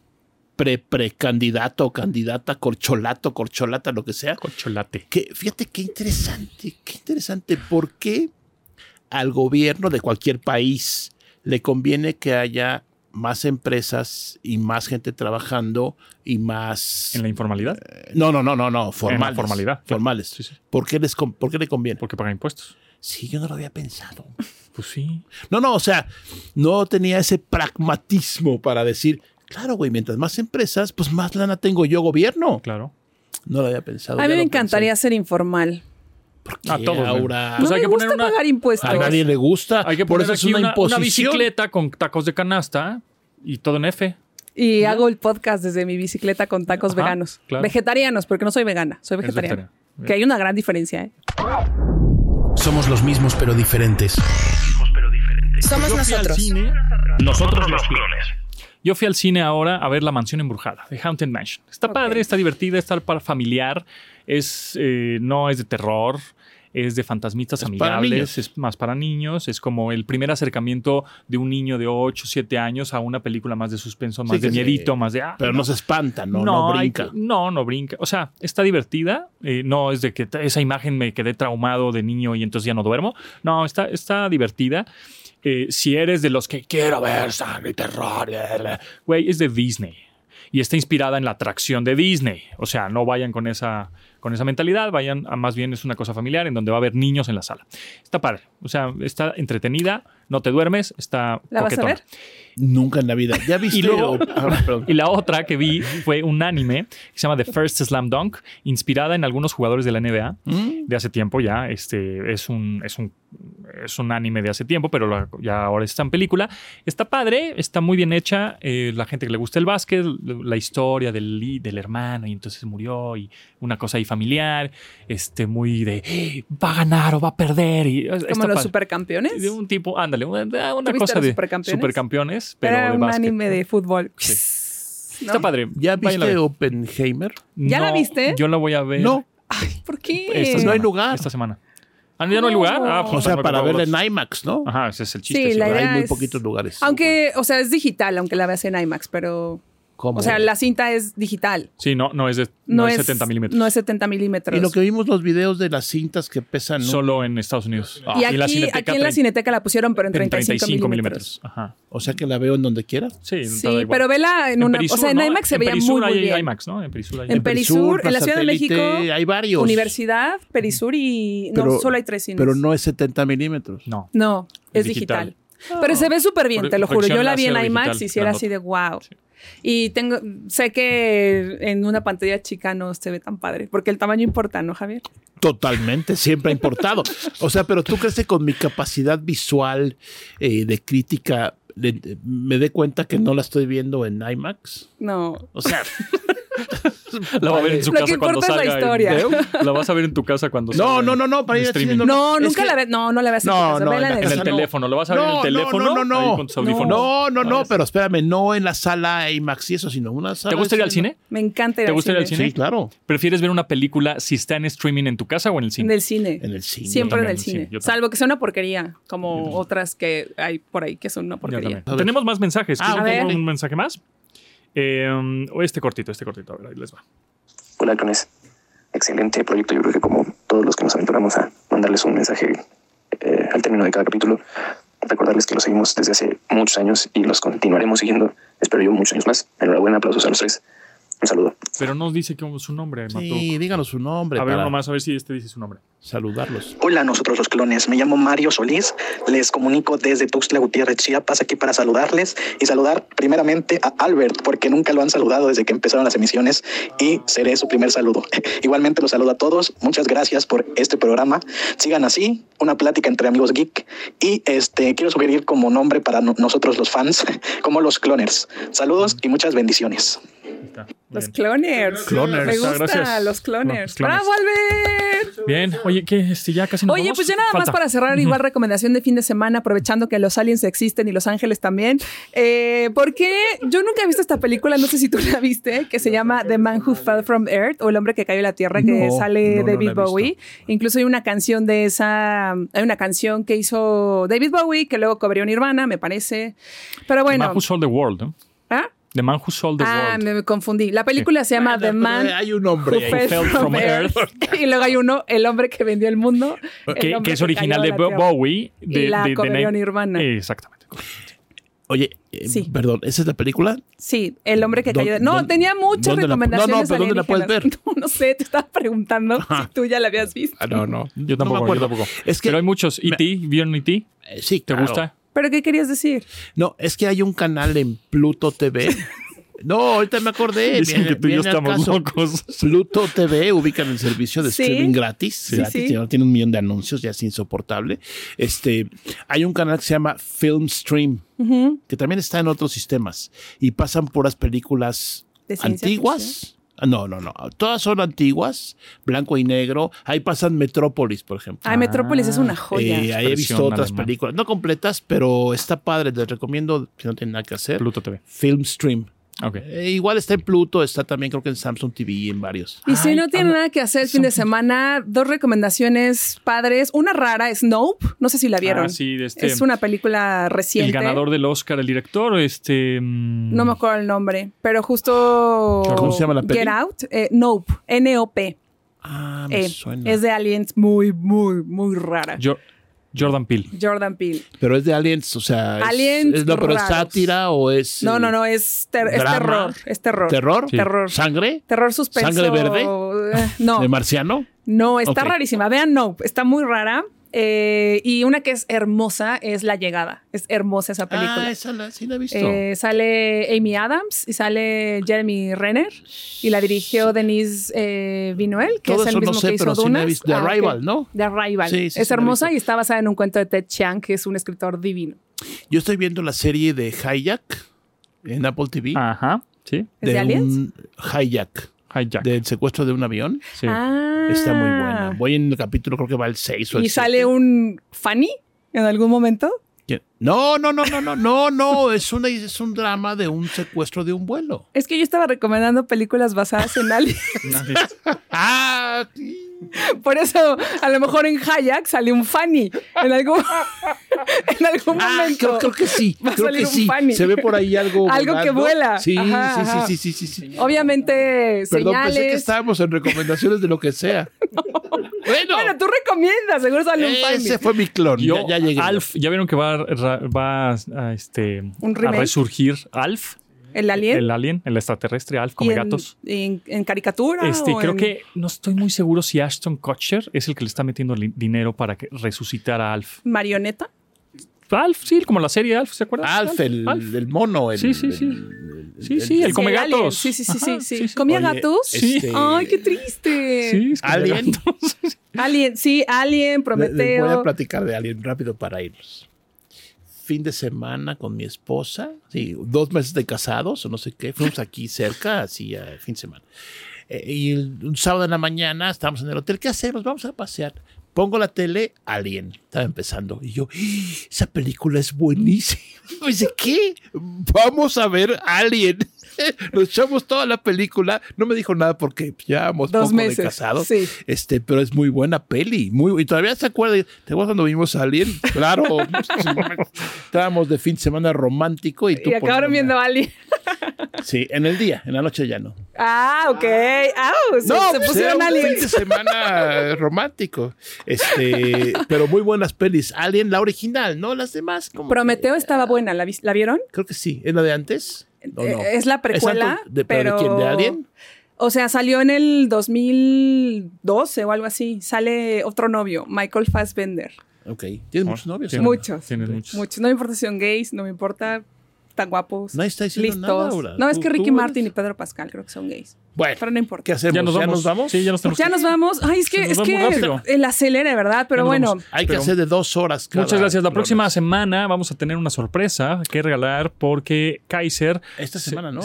[SPEAKER 6] pre precandidato, candidata, corcholato, corcholata, lo que sea.
[SPEAKER 7] Corcholate.
[SPEAKER 6] Que, fíjate qué interesante, qué interesante. ¿Por qué al gobierno de cualquier país le conviene que haya más empresas y más gente trabajando y más... eh,
[SPEAKER 7] ¿En la informalidad?
[SPEAKER 6] No, no, no, no, no, formales.
[SPEAKER 7] formalidad, claro.
[SPEAKER 6] Formales.
[SPEAKER 7] Sí, sí.
[SPEAKER 6] ¿Por, qué les con- ¿Por qué le conviene?
[SPEAKER 7] Porque pagan impuestos.
[SPEAKER 6] Sí, yo no lo había pensado.
[SPEAKER 7] Pues sí.
[SPEAKER 6] No, no, o sea, no tenía ese pragmatismo para decir, claro, güey, mientras más empresas, pues más lana tengo yo gobierno.
[SPEAKER 7] Claro.
[SPEAKER 6] No lo había pensado. Ah,
[SPEAKER 5] A
[SPEAKER 6] ya
[SPEAKER 5] mí me
[SPEAKER 6] lo
[SPEAKER 5] encantaría
[SPEAKER 6] pensé.
[SPEAKER 5] ser informal.
[SPEAKER 6] ¿Por
[SPEAKER 7] A
[SPEAKER 6] qué
[SPEAKER 7] todos, güey.
[SPEAKER 6] ahora?
[SPEAKER 5] no
[SPEAKER 7] Pues
[SPEAKER 5] pues,
[SPEAKER 7] hay
[SPEAKER 5] me
[SPEAKER 7] que
[SPEAKER 5] gusta
[SPEAKER 7] poner una-
[SPEAKER 5] pagar impuestos.
[SPEAKER 6] A nadie le gusta.
[SPEAKER 7] Hay que
[SPEAKER 6] Ah, Por
[SPEAKER 7] poner
[SPEAKER 6] eso es
[SPEAKER 7] aquí
[SPEAKER 6] una,
[SPEAKER 7] una, una
[SPEAKER 6] imposición.
[SPEAKER 7] bicicleta con tacos de canasta y todo en F.
[SPEAKER 5] Y hago el podcast desde mi bicicleta con tacos
[SPEAKER 7] Ajá,
[SPEAKER 5] veganos.
[SPEAKER 7] claro.
[SPEAKER 5] Vegetarianos, porque no soy vegana, soy
[SPEAKER 7] Eres
[SPEAKER 5] vegetariana.
[SPEAKER 7] vegetariana.
[SPEAKER 5] Que hay una gran diferencia, ¿eh?
[SPEAKER 8] Somos los mismos pero diferentes.
[SPEAKER 1] Somos
[SPEAKER 7] Yo fui al
[SPEAKER 1] nosotros.
[SPEAKER 7] cine-
[SPEAKER 3] Nosotros los clones.
[SPEAKER 7] Yo fui al cine ahora a ver La Mansión Embrujada, de Haunted Mansion. Está padre, está divertida, está para familiar, es, eh, no es de terror, es de fantasmitas
[SPEAKER 6] Es para niños.
[SPEAKER 7] amigables, es más para niños, es como el primer acercamiento de un niño de 8, 7 años a una película más de suspenso, más
[SPEAKER 6] Sí,
[SPEAKER 7] de
[SPEAKER 6] que sí.
[SPEAKER 7] miedito, más de... ah,
[SPEAKER 6] Pero no se espanta, no, no,
[SPEAKER 7] hay
[SPEAKER 6] brinca.
[SPEAKER 7] que- no, no brinca. O sea, está divertida. eh, no es de que t- esa imagen me quedé traumado de niño y entonces ya no duermo. No, está, está divertida. Eh, si eres de los que quiero ver sangre y terror, bla, bla, bla", güey, es de Disney. Y está inspirada en la atracción de Disney. O sea, no vayan con esa, con esa mentalidad, vayan a más bien es una cosa familiar en donde va a haber niños en la sala. Está padre. O sea, está entretenida, no te duermes, está
[SPEAKER 5] ¿La vas a
[SPEAKER 7] coquetona.
[SPEAKER 5] ver?
[SPEAKER 6] Nunca en la vida. Ya viste.
[SPEAKER 7] Y luego-
[SPEAKER 6] Ah, perdón.
[SPEAKER 7] Y la otra que vi fue un anime que se llama The First Slam Dunk, inspirada en algunos jugadores de la NBA
[SPEAKER 6] ¿Mm?
[SPEAKER 7] de hace tiempo ya. Este es un, es un, es un anime de hace tiempo, pero la- ya ahora está en película. Está padre, está muy bien hecha. eh, la gente que le gusta el básquet, la historia del, li- del hermano, y entonces murió, y una cosa ahí familiar, este, muy de "Ah, va a ganar o va a perder. Y, está
[SPEAKER 5] Como los
[SPEAKER 7] padre.
[SPEAKER 5] supercampeones.
[SPEAKER 7] De un tipo, ándale, una, una
[SPEAKER 5] viste
[SPEAKER 7] cosa
[SPEAKER 5] los
[SPEAKER 7] de
[SPEAKER 5] supercampeones?
[SPEAKER 7] supercampeones, pero
[SPEAKER 5] Era
[SPEAKER 7] de
[SPEAKER 5] un
[SPEAKER 7] básquet.
[SPEAKER 5] anime de fútbol.
[SPEAKER 7] Sí.
[SPEAKER 5] ¿No?
[SPEAKER 7] Está padre.
[SPEAKER 6] ¿Ya
[SPEAKER 7] váyanla a
[SPEAKER 6] viste
[SPEAKER 7] ver.
[SPEAKER 6] Oppenheimer?
[SPEAKER 5] ¿Ya la
[SPEAKER 7] No,
[SPEAKER 5] viste?
[SPEAKER 7] Yo la voy a ver.
[SPEAKER 6] No.
[SPEAKER 5] ¿Por qué?
[SPEAKER 7] esta
[SPEAKER 6] no
[SPEAKER 7] semana,
[SPEAKER 6] hay lugar.
[SPEAKER 7] Esta semana. Ah, ya no hay lugar. Ah, pues,
[SPEAKER 6] O sea,
[SPEAKER 7] me
[SPEAKER 6] para
[SPEAKER 7] acordaba
[SPEAKER 6] verla
[SPEAKER 7] de otros.
[SPEAKER 6] en IMAX, ¿no?
[SPEAKER 7] Ajá, ese es el chiste.
[SPEAKER 5] Sí, la
[SPEAKER 7] ¿verdad?
[SPEAKER 5] idea
[SPEAKER 6] Hay muy
[SPEAKER 5] es-
[SPEAKER 6] poquitos lugares.
[SPEAKER 5] Aunque, o sea, es digital, aunque la veas en IMAX, pero.
[SPEAKER 6] ¿Cómo?
[SPEAKER 5] O sea, la cinta es digital.
[SPEAKER 7] Sí, no, no es de
[SPEAKER 5] No,
[SPEAKER 7] no es 70 milímetros.
[SPEAKER 5] No es 70 milímetros.
[SPEAKER 6] Y lo que vimos los videos de las cintas que pesan. Ah, ¿no? Ah,
[SPEAKER 7] Solo en Estados Unidos.
[SPEAKER 5] Y aquí, aquí en la
[SPEAKER 7] trein-
[SPEAKER 5] cineteca la pusieron, pero en 35,
[SPEAKER 7] 35
[SPEAKER 5] milímetros.
[SPEAKER 7] milímetros. Ajá.
[SPEAKER 6] O sea, que la veo en donde quiera.
[SPEAKER 7] Sí, está
[SPEAKER 5] Sí,
[SPEAKER 7] igual.
[SPEAKER 5] pero vela en, una. o
[SPEAKER 7] Perisur,
[SPEAKER 5] sea, en
[SPEAKER 7] ¿no?
[SPEAKER 5] IMAX se
[SPEAKER 7] En
[SPEAKER 5] veía
[SPEAKER 7] Perisur
[SPEAKER 5] muy,
[SPEAKER 7] hay
[SPEAKER 5] muy bien.
[SPEAKER 7] IMAX, ¿no? En Perisur hay
[SPEAKER 5] En
[SPEAKER 7] IMAX.
[SPEAKER 5] Perisur, en la
[SPEAKER 6] Plaza
[SPEAKER 5] Ciudad de
[SPEAKER 6] Satélite,
[SPEAKER 5] México,
[SPEAKER 6] Hay varios.
[SPEAKER 5] Universidad, Perisur y. No,
[SPEAKER 6] Pero-
[SPEAKER 5] solo hay tres cines.
[SPEAKER 6] Pero no es 70 milímetros.
[SPEAKER 7] No.
[SPEAKER 5] No,
[SPEAKER 7] Es
[SPEAKER 5] es digital.
[SPEAKER 7] digital.
[SPEAKER 5] Pero se ve súper bien,
[SPEAKER 7] Pro-
[SPEAKER 5] te lo juro. Yo
[SPEAKER 7] proyección
[SPEAKER 5] la vi en
[SPEAKER 7] láser
[SPEAKER 5] IMAX
[SPEAKER 7] digital,
[SPEAKER 5] y si era así de wow.
[SPEAKER 7] Sí.
[SPEAKER 5] Y tengo, sé que en una pantalla chica no se ve tan padre, porque el tamaño importa, ¿no, Javier?
[SPEAKER 6] Totalmente, siempre ha importado. O sea, pero tú crees que con mi capacidad visual eh, de crítica de- de- me dé cuenta que no la estoy viendo en IMAX.
[SPEAKER 5] No.
[SPEAKER 6] O sea,
[SPEAKER 7] La va a ver en su
[SPEAKER 5] Lo que
[SPEAKER 7] casa cuando
[SPEAKER 5] importa es la
[SPEAKER 7] salga. el
[SPEAKER 5] historia.
[SPEAKER 7] video. La vas a ver en tu casa cuando salga.
[SPEAKER 6] no, no, no, no, para ir
[SPEAKER 7] en
[SPEAKER 6] al cine
[SPEAKER 7] streaming.
[SPEAKER 5] No,
[SPEAKER 6] no, es
[SPEAKER 5] nunca
[SPEAKER 6] que-
[SPEAKER 5] la ves. No, no la ves en tu
[SPEAKER 6] No,
[SPEAKER 5] casa,
[SPEAKER 6] no,
[SPEAKER 5] vela
[SPEAKER 6] en
[SPEAKER 5] el
[SPEAKER 7] En el
[SPEAKER 6] no.
[SPEAKER 7] teléfono. Lo vas a ver en el teléfono.
[SPEAKER 6] No, no,
[SPEAKER 7] ahí
[SPEAKER 6] no,
[SPEAKER 7] con tus
[SPEAKER 6] no.
[SPEAKER 7] audífonos.
[SPEAKER 6] No, no, no,
[SPEAKER 7] Ahí está.
[SPEAKER 6] pero espérame, no en la sala IMAX y eso, sino una sala.
[SPEAKER 7] ¿Te gusta ir al cine?
[SPEAKER 5] Me encanta ir
[SPEAKER 7] ¿Te
[SPEAKER 5] al
[SPEAKER 7] gusta ir al
[SPEAKER 5] cine.
[SPEAKER 7] cine?
[SPEAKER 6] Sí, claro,
[SPEAKER 7] ¿Prefieres ver una película si está en streaming en tu casa o en el
[SPEAKER 5] En
[SPEAKER 7] cine?
[SPEAKER 5] el cine.
[SPEAKER 6] en el cine.
[SPEAKER 5] Siempre en el
[SPEAKER 7] también en el
[SPEAKER 5] cine.
[SPEAKER 7] cine, yo también.
[SPEAKER 5] Salvo que sea una porquería, como otras que hay por ahí que son una
[SPEAKER 7] Yo
[SPEAKER 5] porquería.
[SPEAKER 7] también. Tenemos más mensajes.
[SPEAKER 6] Ah,
[SPEAKER 7] ¿Quieres
[SPEAKER 5] a
[SPEAKER 7] un-
[SPEAKER 5] ver.
[SPEAKER 7] un mensaje más? Eh, o este cortito, este cortito. A ver, ahí les va.
[SPEAKER 11] Hola, clones. Excelente proyecto. Yo creo que como todos los que nos aventuramos a mandarles un mensaje eh, al término de cada capítulo, recordarles que los seguimos desde hace muchos años y los continuaremos siguiendo, espero yo, muchos años más. Enhorabuena, aplausos a los tres. Un saludo.
[SPEAKER 7] Pero nos dice que su nombre, Matú.
[SPEAKER 6] Sí, díganos su nombre.
[SPEAKER 7] A ver,
[SPEAKER 6] para
[SPEAKER 7] nomás, a ver si este dice su nombre.
[SPEAKER 6] Saludarlos.
[SPEAKER 12] Hola, nosotros los clones. Me llamo Mario Solís. Les comunico desde Tuxtla Gutiérrez, Chiapas, aquí para saludarles y saludar primeramente a Albert, porque nunca lo han saludado desde que empezaron las emisiones y seré su primer saludo. Igualmente los saludo a todos. Muchas gracias por este programa. Sigan así, una plática entre amigos geek. Y este quiero sugerir como nombre para no- nosotros los fans, como los cloners. Saludos y muchas bendiciones.
[SPEAKER 5] Los cloners.
[SPEAKER 7] Cloners.
[SPEAKER 5] Me
[SPEAKER 7] Ah,
[SPEAKER 5] gusta,
[SPEAKER 7] gracias.
[SPEAKER 5] los cloners.
[SPEAKER 7] Los cloners.
[SPEAKER 5] ¡Bravo, Albert!
[SPEAKER 7] Bien, oye, que ya casi nos
[SPEAKER 5] Oye,
[SPEAKER 7] vamos.
[SPEAKER 5] pues ya nada
[SPEAKER 7] Falta.
[SPEAKER 5] más para cerrar,
[SPEAKER 7] Ujú.
[SPEAKER 5] igual recomendación de fin de semana, aprovechando que los aliens existen y los ángeles también. Eh, porque yo nunca he visto esta película, no sé si tú la viste, que se llama The Man Who Fell from Earth o El hombre que cayó de la tierra, que
[SPEAKER 7] No,
[SPEAKER 5] sale
[SPEAKER 7] no,
[SPEAKER 5] David
[SPEAKER 7] no la he visto.
[SPEAKER 5] Bowie. Incluso hay una canción de esa, hay una canción que hizo David Bowie, que luego cobrió Nirvana, me parece. Pero
[SPEAKER 7] The Man
[SPEAKER 5] bueno.
[SPEAKER 7] Who Sold the World, ¿no?
[SPEAKER 5] ¿Ah?
[SPEAKER 7] The Man Who Sold the
[SPEAKER 5] Ah,
[SPEAKER 7] World.
[SPEAKER 5] me, me confundí. La película se llama The Man
[SPEAKER 6] Hay un
[SPEAKER 5] Who
[SPEAKER 6] hombre ahí.
[SPEAKER 5] Fell
[SPEAKER 7] Fell
[SPEAKER 5] from,
[SPEAKER 7] from
[SPEAKER 5] Earth. y luego hay uno, El hombre que vendió el mundo. el
[SPEAKER 7] que,
[SPEAKER 5] hombre
[SPEAKER 7] que es
[SPEAKER 5] cayó
[SPEAKER 7] original de
[SPEAKER 5] la
[SPEAKER 7] Bo-
[SPEAKER 5] tierra.
[SPEAKER 7] Bowie. De,
[SPEAKER 5] Y la
[SPEAKER 7] de- de
[SPEAKER 5] cobrió
[SPEAKER 7] Nine-
[SPEAKER 5] Nirvana.
[SPEAKER 7] Eh, Exactamente.
[SPEAKER 6] Oye, eh,
[SPEAKER 5] Sí.
[SPEAKER 6] perdón, ¿esa es la película?
[SPEAKER 5] Sí, el hombre que
[SPEAKER 6] ¿Dó-
[SPEAKER 5] cayó. de- No,
[SPEAKER 6] dónde-
[SPEAKER 5] tenía muchas
[SPEAKER 6] dónde la-
[SPEAKER 5] recomendaciones.
[SPEAKER 6] No, no, pero ¿dónde la puedes
[SPEAKER 5] alienígenas. No, no sé, te estaba preguntando si tú ya la habías visto.
[SPEAKER 6] Ah, no, no.
[SPEAKER 7] Yo tampoco,
[SPEAKER 6] No me
[SPEAKER 7] yo
[SPEAKER 6] acuerdo.
[SPEAKER 7] tampoco.
[SPEAKER 6] Es que,
[SPEAKER 7] Pero hay muchos.
[SPEAKER 6] me-
[SPEAKER 7] ¿E.T.? ¿Vieron E.T.?
[SPEAKER 6] eh, sí,
[SPEAKER 7] ¿Te
[SPEAKER 6] claro.
[SPEAKER 7] gusta?
[SPEAKER 5] ¿Pero qué querías decir?
[SPEAKER 6] No, es que hay un canal en Pluto TV. No, ahorita me acordé.
[SPEAKER 7] Dicen
[SPEAKER 6] viene-
[SPEAKER 7] que tú y yo
[SPEAKER 6] viene Eh, al
[SPEAKER 7] estamos
[SPEAKER 6] caso.
[SPEAKER 7] locos.
[SPEAKER 6] Pluto TV ubican el servicio de
[SPEAKER 5] Sí.
[SPEAKER 6] streaming gratis.
[SPEAKER 5] Sí,
[SPEAKER 6] gratis,
[SPEAKER 5] sí.
[SPEAKER 6] que ahora tiene un millón de anuncios, ya es insoportable. Este, hay un canal que se llama Film Stream, que también está en otros sistemas y pasan por las películas
[SPEAKER 5] ¿De ciencia
[SPEAKER 6] antiguas. Ah, No, no, no. Todas son antiguas, blanco y negro. Ahí pasan Metrópolis, por ejemplo.
[SPEAKER 5] Ay, Ah, Metrópolis es una joya.
[SPEAKER 6] Ah, Eh, ahí he visto
[SPEAKER 7] Expresión
[SPEAKER 6] otras
[SPEAKER 7] alemana.
[SPEAKER 6] películas, no completas, pero está padre. Les recomiendo si no tienen nada que hacer.
[SPEAKER 7] Pluto TV.
[SPEAKER 6] Film Stream.
[SPEAKER 7] Ok.
[SPEAKER 6] Eh, igual está en Pluto, está también creo que en Samsung TV y en varios.
[SPEAKER 5] y si
[SPEAKER 7] Ay,
[SPEAKER 5] no tienen
[SPEAKER 7] habla-
[SPEAKER 5] nada que hacer el fin de semana, dos recomendaciones padres. Una rara es Nope, no sé si la vieron.
[SPEAKER 7] Ah, sí, de este-
[SPEAKER 5] Es una película reciente.
[SPEAKER 7] El ganador del Oscar, el director, este...
[SPEAKER 5] No me acuerdo el nombre, pero justo.
[SPEAKER 6] ¿Cómo se llama la peli?
[SPEAKER 5] Get Out, eh, Nope, N-O-P.
[SPEAKER 6] Ah,
[SPEAKER 5] eh, es de aliens muy, muy, muy rara.
[SPEAKER 7] Jo- Jordan Peele.
[SPEAKER 5] Jordan Peele.
[SPEAKER 6] Pero es de Aliens, o sea. es-
[SPEAKER 5] Aliens
[SPEAKER 6] es, no, pero es
[SPEAKER 5] raros.
[SPEAKER 6] sátira o es.
[SPEAKER 5] No,
[SPEAKER 6] eh,
[SPEAKER 5] no, no, es, ter- es
[SPEAKER 6] drama,
[SPEAKER 5] terror. Es terror.
[SPEAKER 6] ¿Terror?
[SPEAKER 5] Sí. Terror.
[SPEAKER 6] ¿Sangre?
[SPEAKER 5] Terror suspenso.
[SPEAKER 6] ¿Sangre verde?
[SPEAKER 5] eh, No,
[SPEAKER 6] ¿De marciano?
[SPEAKER 5] no, está
[SPEAKER 6] Ok.
[SPEAKER 5] rarísima. Vean, no, está muy rara. Eh, y una que es hermosa es La Llegada. Es hermosa esa película.
[SPEAKER 6] Ah, esa la, sí la he visto.
[SPEAKER 5] Eh, sale Amy Adams y sale Jeremy Renner y la dirigió Denise eh, Villeneuve, que
[SPEAKER 6] Todo
[SPEAKER 5] es el
[SPEAKER 6] eso no
[SPEAKER 5] mismo
[SPEAKER 6] sé,
[SPEAKER 5] que hizo
[SPEAKER 6] pero sí la he
[SPEAKER 5] Dunas. Ah,
[SPEAKER 6] visto. The
[SPEAKER 5] ok.
[SPEAKER 6] Arrival, ¿no?
[SPEAKER 5] The Arrival.
[SPEAKER 6] Sí, sí, sí la
[SPEAKER 5] es
[SPEAKER 6] he
[SPEAKER 5] hermosa
[SPEAKER 6] visto.
[SPEAKER 5] y está basada en un cuento de Ted Chiang, que es un escritor divino.
[SPEAKER 6] Yo estoy viendo la serie de Hijack en Apple TV.
[SPEAKER 7] Ajá, sí.
[SPEAKER 5] ¿Es de, aliens?
[SPEAKER 6] un Hijack,
[SPEAKER 7] Hijack.
[SPEAKER 6] del secuestro de un avión.
[SPEAKER 7] sí.
[SPEAKER 5] Ah.
[SPEAKER 6] Está muy buena. Voy en el capítulo, creo que va el 6 o el
[SPEAKER 5] y sale
[SPEAKER 6] siete.
[SPEAKER 5] un Fanny en algún momento.
[SPEAKER 6] ¿Quién? No, no, no, no, no, no, no. Es, una, es un drama de un secuestro de un vuelo.
[SPEAKER 5] Es que yo estaba recomendando películas basadas en aliens.
[SPEAKER 7] Nadie-
[SPEAKER 6] Ah,
[SPEAKER 5] Por eso, a lo mejor en Hayak sale un Fanny. En algún, en algún
[SPEAKER 6] Ah,
[SPEAKER 5] momento.
[SPEAKER 6] creo, creo que sí.
[SPEAKER 5] Va a
[SPEAKER 6] creo
[SPEAKER 5] salir
[SPEAKER 6] que
[SPEAKER 5] un
[SPEAKER 6] sí.
[SPEAKER 5] Fanny.
[SPEAKER 6] Se ve por ahí algo.
[SPEAKER 5] Algo que
[SPEAKER 6] volando.
[SPEAKER 5] vuela.
[SPEAKER 6] Sí,
[SPEAKER 5] Ajá,
[SPEAKER 6] sí,
[SPEAKER 5] ajá.
[SPEAKER 6] sí, sí, sí, sí, sí.
[SPEAKER 5] Obviamente,
[SPEAKER 6] Perdón,
[SPEAKER 5] señales.
[SPEAKER 6] pensé que estábamos en recomendaciones de lo que sea. Bueno,
[SPEAKER 5] Bueno, tú recomiendas, seguro sale un Fanny.
[SPEAKER 6] ese fue mi clon.
[SPEAKER 7] Yo,
[SPEAKER 6] ya, ya llegué.
[SPEAKER 7] Alf, ya vieron que va, a- ra- va a, este,
[SPEAKER 5] ¿Un
[SPEAKER 7] a
[SPEAKER 5] remake?
[SPEAKER 7] resurgir Alf,
[SPEAKER 5] El alien.
[SPEAKER 7] el alien, el extraterrestre, Alf
[SPEAKER 5] y
[SPEAKER 7] come
[SPEAKER 5] en,
[SPEAKER 7] gatos.
[SPEAKER 5] y en, en caricatura.
[SPEAKER 7] Este,
[SPEAKER 5] o
[SPEAKER 7] creo
[SPEAKER 5] en-
[SPEAKER 7] que no estoy muy seguro si Ashton Kutcher es el que le está metiendo li- dinero para que resucitar a Alf.
[SPEAKER 5] Marioneta.
[SPEAKER 7] Alf, sí, como la serie de Alf, ¿se acuerdan?
[SPEAKER 6] Alf, el, el mono. El,
[SPEAKER 7] Sí, sí, sí.
[SPEAKER 6] el- el-
[SPEAKER 7] Sí, sí, el come
[SPEAKER 5] alien.
[SPEAKER 7] gatos.
[SPEAKER 5] Sí, sí, sí,
[SPEAKER 7] Ajá,
[SPEAKER 5] sí, sí.
[SPEAKER 7] sí, sí.
[SPEAKER 5] ¿Comía
[SPEAKER 6] Oye,
[SPEAKER 5] gatos?
[SPEAKER 7] Sí.
[SPEAKER 6] este,
[SPEAKER 5] Ay, qué triste.
[SPEAKER 7] Sí, es que
[SPEAKER 6] Alien.
[SPEAKER 5] Alien, sí, Alien,
[SPEAKER 6] Le- les
[SPEAKER 5] Prometeo.
[SPEAKER 6] voy a platicar de alguien rápido para irnos. Fin de semana con mi esposa, sí, dos meses de casados o no sé qué, fuimos aquí cerca, así a fin de semana. Eh, y el- un sábado en la mañana estábamos en el hotel, ¿qué hacemos? Vamos a pasear. Pongo la tele, Alien, estaba empezando. Y yo, ¡Ah! esa película es buenísima. Me dice, ¿qué? Vamos a ver Alien. Nos echamos toda la película. No me dijo nada porque pues, ya hemos
[SPEAKER 5] Dos
[SPEAKER 6] poco
[SPEAKER 5] meses,
[SPEAKER 6] de casados.
[SPEAKER 5] sí.
[SPEAKER 6] Este, pero es muy buena peli. Muy, y todavía se acuerda. ¿Te acuerdas cuando vimos a alguien? Claro. Estábamos de fin de semana romántico y tú
[SPEAKER 5] Y acabaron
[SPEAKER 6] poniéndome-
[SPEAKER 5] viendo a alguien.
[SPEAKER 6] Sí, en el día, en la noche ya no.
[SPEAKER 5] Ah, ok. Au, se-
[SPEAKER 6] pues
[SPEAKER 5] se,
[SPEAKER 6] era un
[SPEAKER 5] pusieron
[SPEAKER 6] fin de
[SPEAKER 5] aliens.
[SPEAKER 6] semana romántico. Este, pero muy buenas pelis. Alien, la original, ¿no? Las demás. Como
[SPEAKER 5] Prometeo estaba buena, ¿la, vis- la vieron?
[SPEAKER 6] Creo que sí. ¿Es la de antes? ¿O no?
[SPEAKER 5] Eh, Es la precuela.
[SPEAKER 6] antes de,
[SPEAKER 5] pero...
[SPEAKER 6] ¿Pero de quién? ¿De Alien?
[SPEAKER 5] O sea, salió en el 2012 o algo así. Sale otro novio, Michael Fassbender.
[SPEAKER 6] Ok. ¿Tienes muchos novios?
[SPEAKER 5] Tienes- Muchos.
[SPEAKER 7] Tienes muchos.
[SPEAKER 5] Muchos. No me importa si son gays, no me importa tan guapos.
[SPEAKER 6] Nadie está diciendo nada, Laura.
[SPEAKER 5] No, es
[SPEAKER 6] Tú-
[SPEAKER 5] que Ricky
[SPEAKER 6] tú
[SPEAKER 5] Martin y Pedro Pascal creo que son gays.
[SPEAKER 6] Bueno,
[SPEAKER 5] Pero no importa.
[SPEAKER 6] ¿qué hacemos?
[SPEAKER 7] Ya nos vamos. Sí, ya nos tenemos
[SPEAKER 5] Ya
[SPEAKER 7] que-
[SPEAKER 5] nos vamos. Ay, es que,
[SPEAKER 7] Se nos
[SPEAKER 5] es
[SPEAKER 7] va muy rápido.
[SPEAKER 5] que el acelere, ¿verdad? Pero
[SPEAKER 7] nos
[SPEAKER 5] bueno,
[SPEAKER 7] vamos.
[SPEAKER 6] Hay
[SPEAKER 7] Pero-
[SPEAKER 6] que hacer de dos horas. cada
[SPEAKER 7] Muchas gracias. La
[SPEAKER 6] programa.
[SPEAKER 7] próxima semana vamos a tener una sorpresa que regalar porque Kaiser. eh,
[SPEAKER 6] Esta semana, ¿no?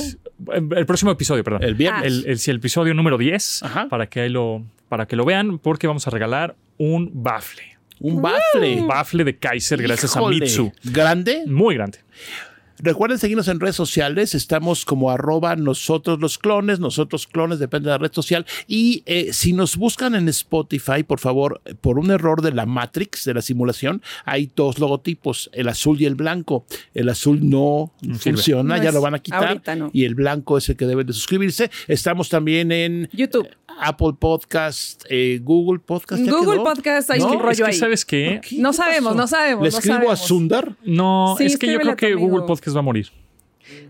[SPEAKER 7] El el próximo episodio, perdón.
[SPEAKER 6] El
[SPEAKER 5] Ah.
[SPEAKER 6] viernes.
[SPEAKER 7] El, el- sí, el episodio número 10.
[SPEAKER 6] Ajá.
[SPEAKER 7] Para que ahí lo, para que lo vean, porque vamos a regalar un bafle.
[SPEAKER 6] Un bafle.
[SPEAKER 7] Un bafle de Kaiser, gracias a
[SPEAKER 6] Híjole.
[SPEAKER 7] Mitsu.
[SPEAKER 6] Grande.
[SPEAKER 7] Muy grande.
[SPEAKER 6] Recuerden seguirnos en redes sociales. Estamos como arroba nosotros los clones, nosotros clones, depende de la red social. Y eh, si nos buscan en Spotify, por favor, por un error de la Matrix, de la simulación, hay dos logotipos, el azul y el blanco. El azul no
[SPEAKER 7] sirve.
[SPEAKER 6] funciona,
[SPEAKER 5] No
[SPEAKER 6] ya
[SPEAKER 5] es-
[SPEAKER 6] lo van a quitar.
[SPEAKER 5] ahorita no.
[SPEAKER 6] Y el blanco es el que deben de suscribirse. Estamos también en
[SPEAKER 5] YouTube.
[SPEAKER 6] Apple Podcast, eh, Google Podcast. ¿ya
[SPEAKER 5] Google
[SPEAKER 6] quedó?
[SPEAKER 5] Podcast, hay un
[SPEAKER 7] Es que-
[SPEAKER 5] rollo
[SPEAKER 7] es que,
[SPEAKER 5] ahí.
[SPEAKER 7] ¿sabes qué?
[SPEAKER 6] ¿Qué?
[SPEAKER 5] No
[SPEAKER 6] ¿Qué
[SPEAKER 5] sabemos,
[SPEAKER 6] pasó?
[SPEAKER 5] no sabemos,
[SPEAKER 6] Le
[SPEAKER 5] no
[SPEAKER 6] escribo
[SPEAKER 5] sabemos.
[SPEAKER 6] a Sundar.
[SPEAKER 7] No,
[SPEAKER 5] Sí,
[SPEAKER 7] es que yo
[SPEAKER 5] escríbele a
[SPEAKER 7] creo
[SPEAKER 5] tu
[SPEAKER 7] que
[SPEAKER 5] amigo.
[SPEAKER 7] Google Podcast va a morir.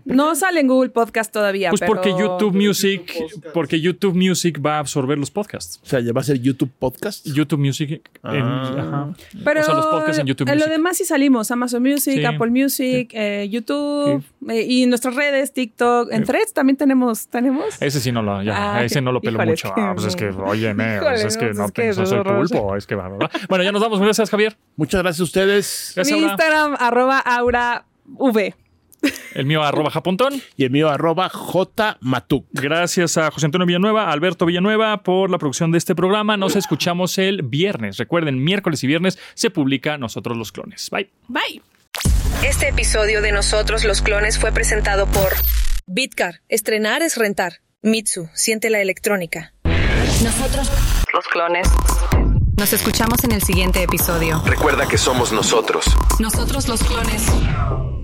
[SPEAKER 5] No sale en Google Podcast todavía.
[SPEAKER 7] Pues
[SPEAKER 5] pero-
[SPEAKER 7] porque YouTube Music, porque YouTube Music va a absorber los podcasts.
[SPEAKER 6] O sea, ya va a ser YouTube Podcast.
[SPEAKER 7] YouTube Music. en-
[SPEAKER 6] Ah.
[SPEAKER 7] ajá.
[SPEAKER 5] Pero
[SPEAKER 7] o sea, los podcasts en YouTube
[SPEAKER 5] lo
[SPEAKER 7] Music.
[SPEAKER 5] demás sí salimos, Amazon Music,
[SPEAKER 7] Sí.
[SPEAKER 5] Apple Music, eh, YouTube eh, y nuestras redes, TikTok, en Threads también tenemos, tenemos.
[SPEAKER 7] Ese sí no lo, ya,
[SPEAKER 5] Ah,
[SPEAKER 7] ese no lo pelo
[SPEAKER 5] híjole,
[SPEAKER 7] mucho.
[SPEAKER 5] es que-
[SPEAKER 7] Ah, pues es que, oye, me,
[SPEAKER 5] Híjole,
[SPEAKER 7] pues es que
[SPEAKER 5] no,
[SPEAKER 7] no,
[SPEAKER 5] es que
[SPEAKER 7] pues no soy
[SPEAKER 5] horror.
[SPEAKER 7] pulpo, es que va, va, va. Bueno, ya nos vamos. Gracias, Javier.
[SPEAKER 6] Muchas gracias a ustedes.
[SPEAKER 7] Gracias,
[SPEAKER 5] Mi
[SPEAKER 7] Aura.
[SPEAKER 5] Instagram, arroba aura v.
[SPEAKER 7] El mío, arroba japontón.
[SPEAKER 6] y el mío arroba jmatuk.
[SPEAKER 7] Gracias a José Antonio Villanueva, a Alberto Villanueva por la producción de este programa. Nos escuchamos el viernes. Recuerden, miércoles y viernes se publica Nosotros los Clones. Bye.
[SPEAKER 5] Bye.
[SPEAKER 2] Este episodio de Nosotros los Clones fue presentado por Bitcar. Estrenar es rentar. Mitsu. Siente la electrónica.
[SPEAKER 4] Nosotros
[SPEAKER 2] Los clones. Nos escuchamos en el siguiente episodio.
[SPEAKER 13] Recuerda que somos nosotros.
[SPEAKER 2] Nosotros los clones.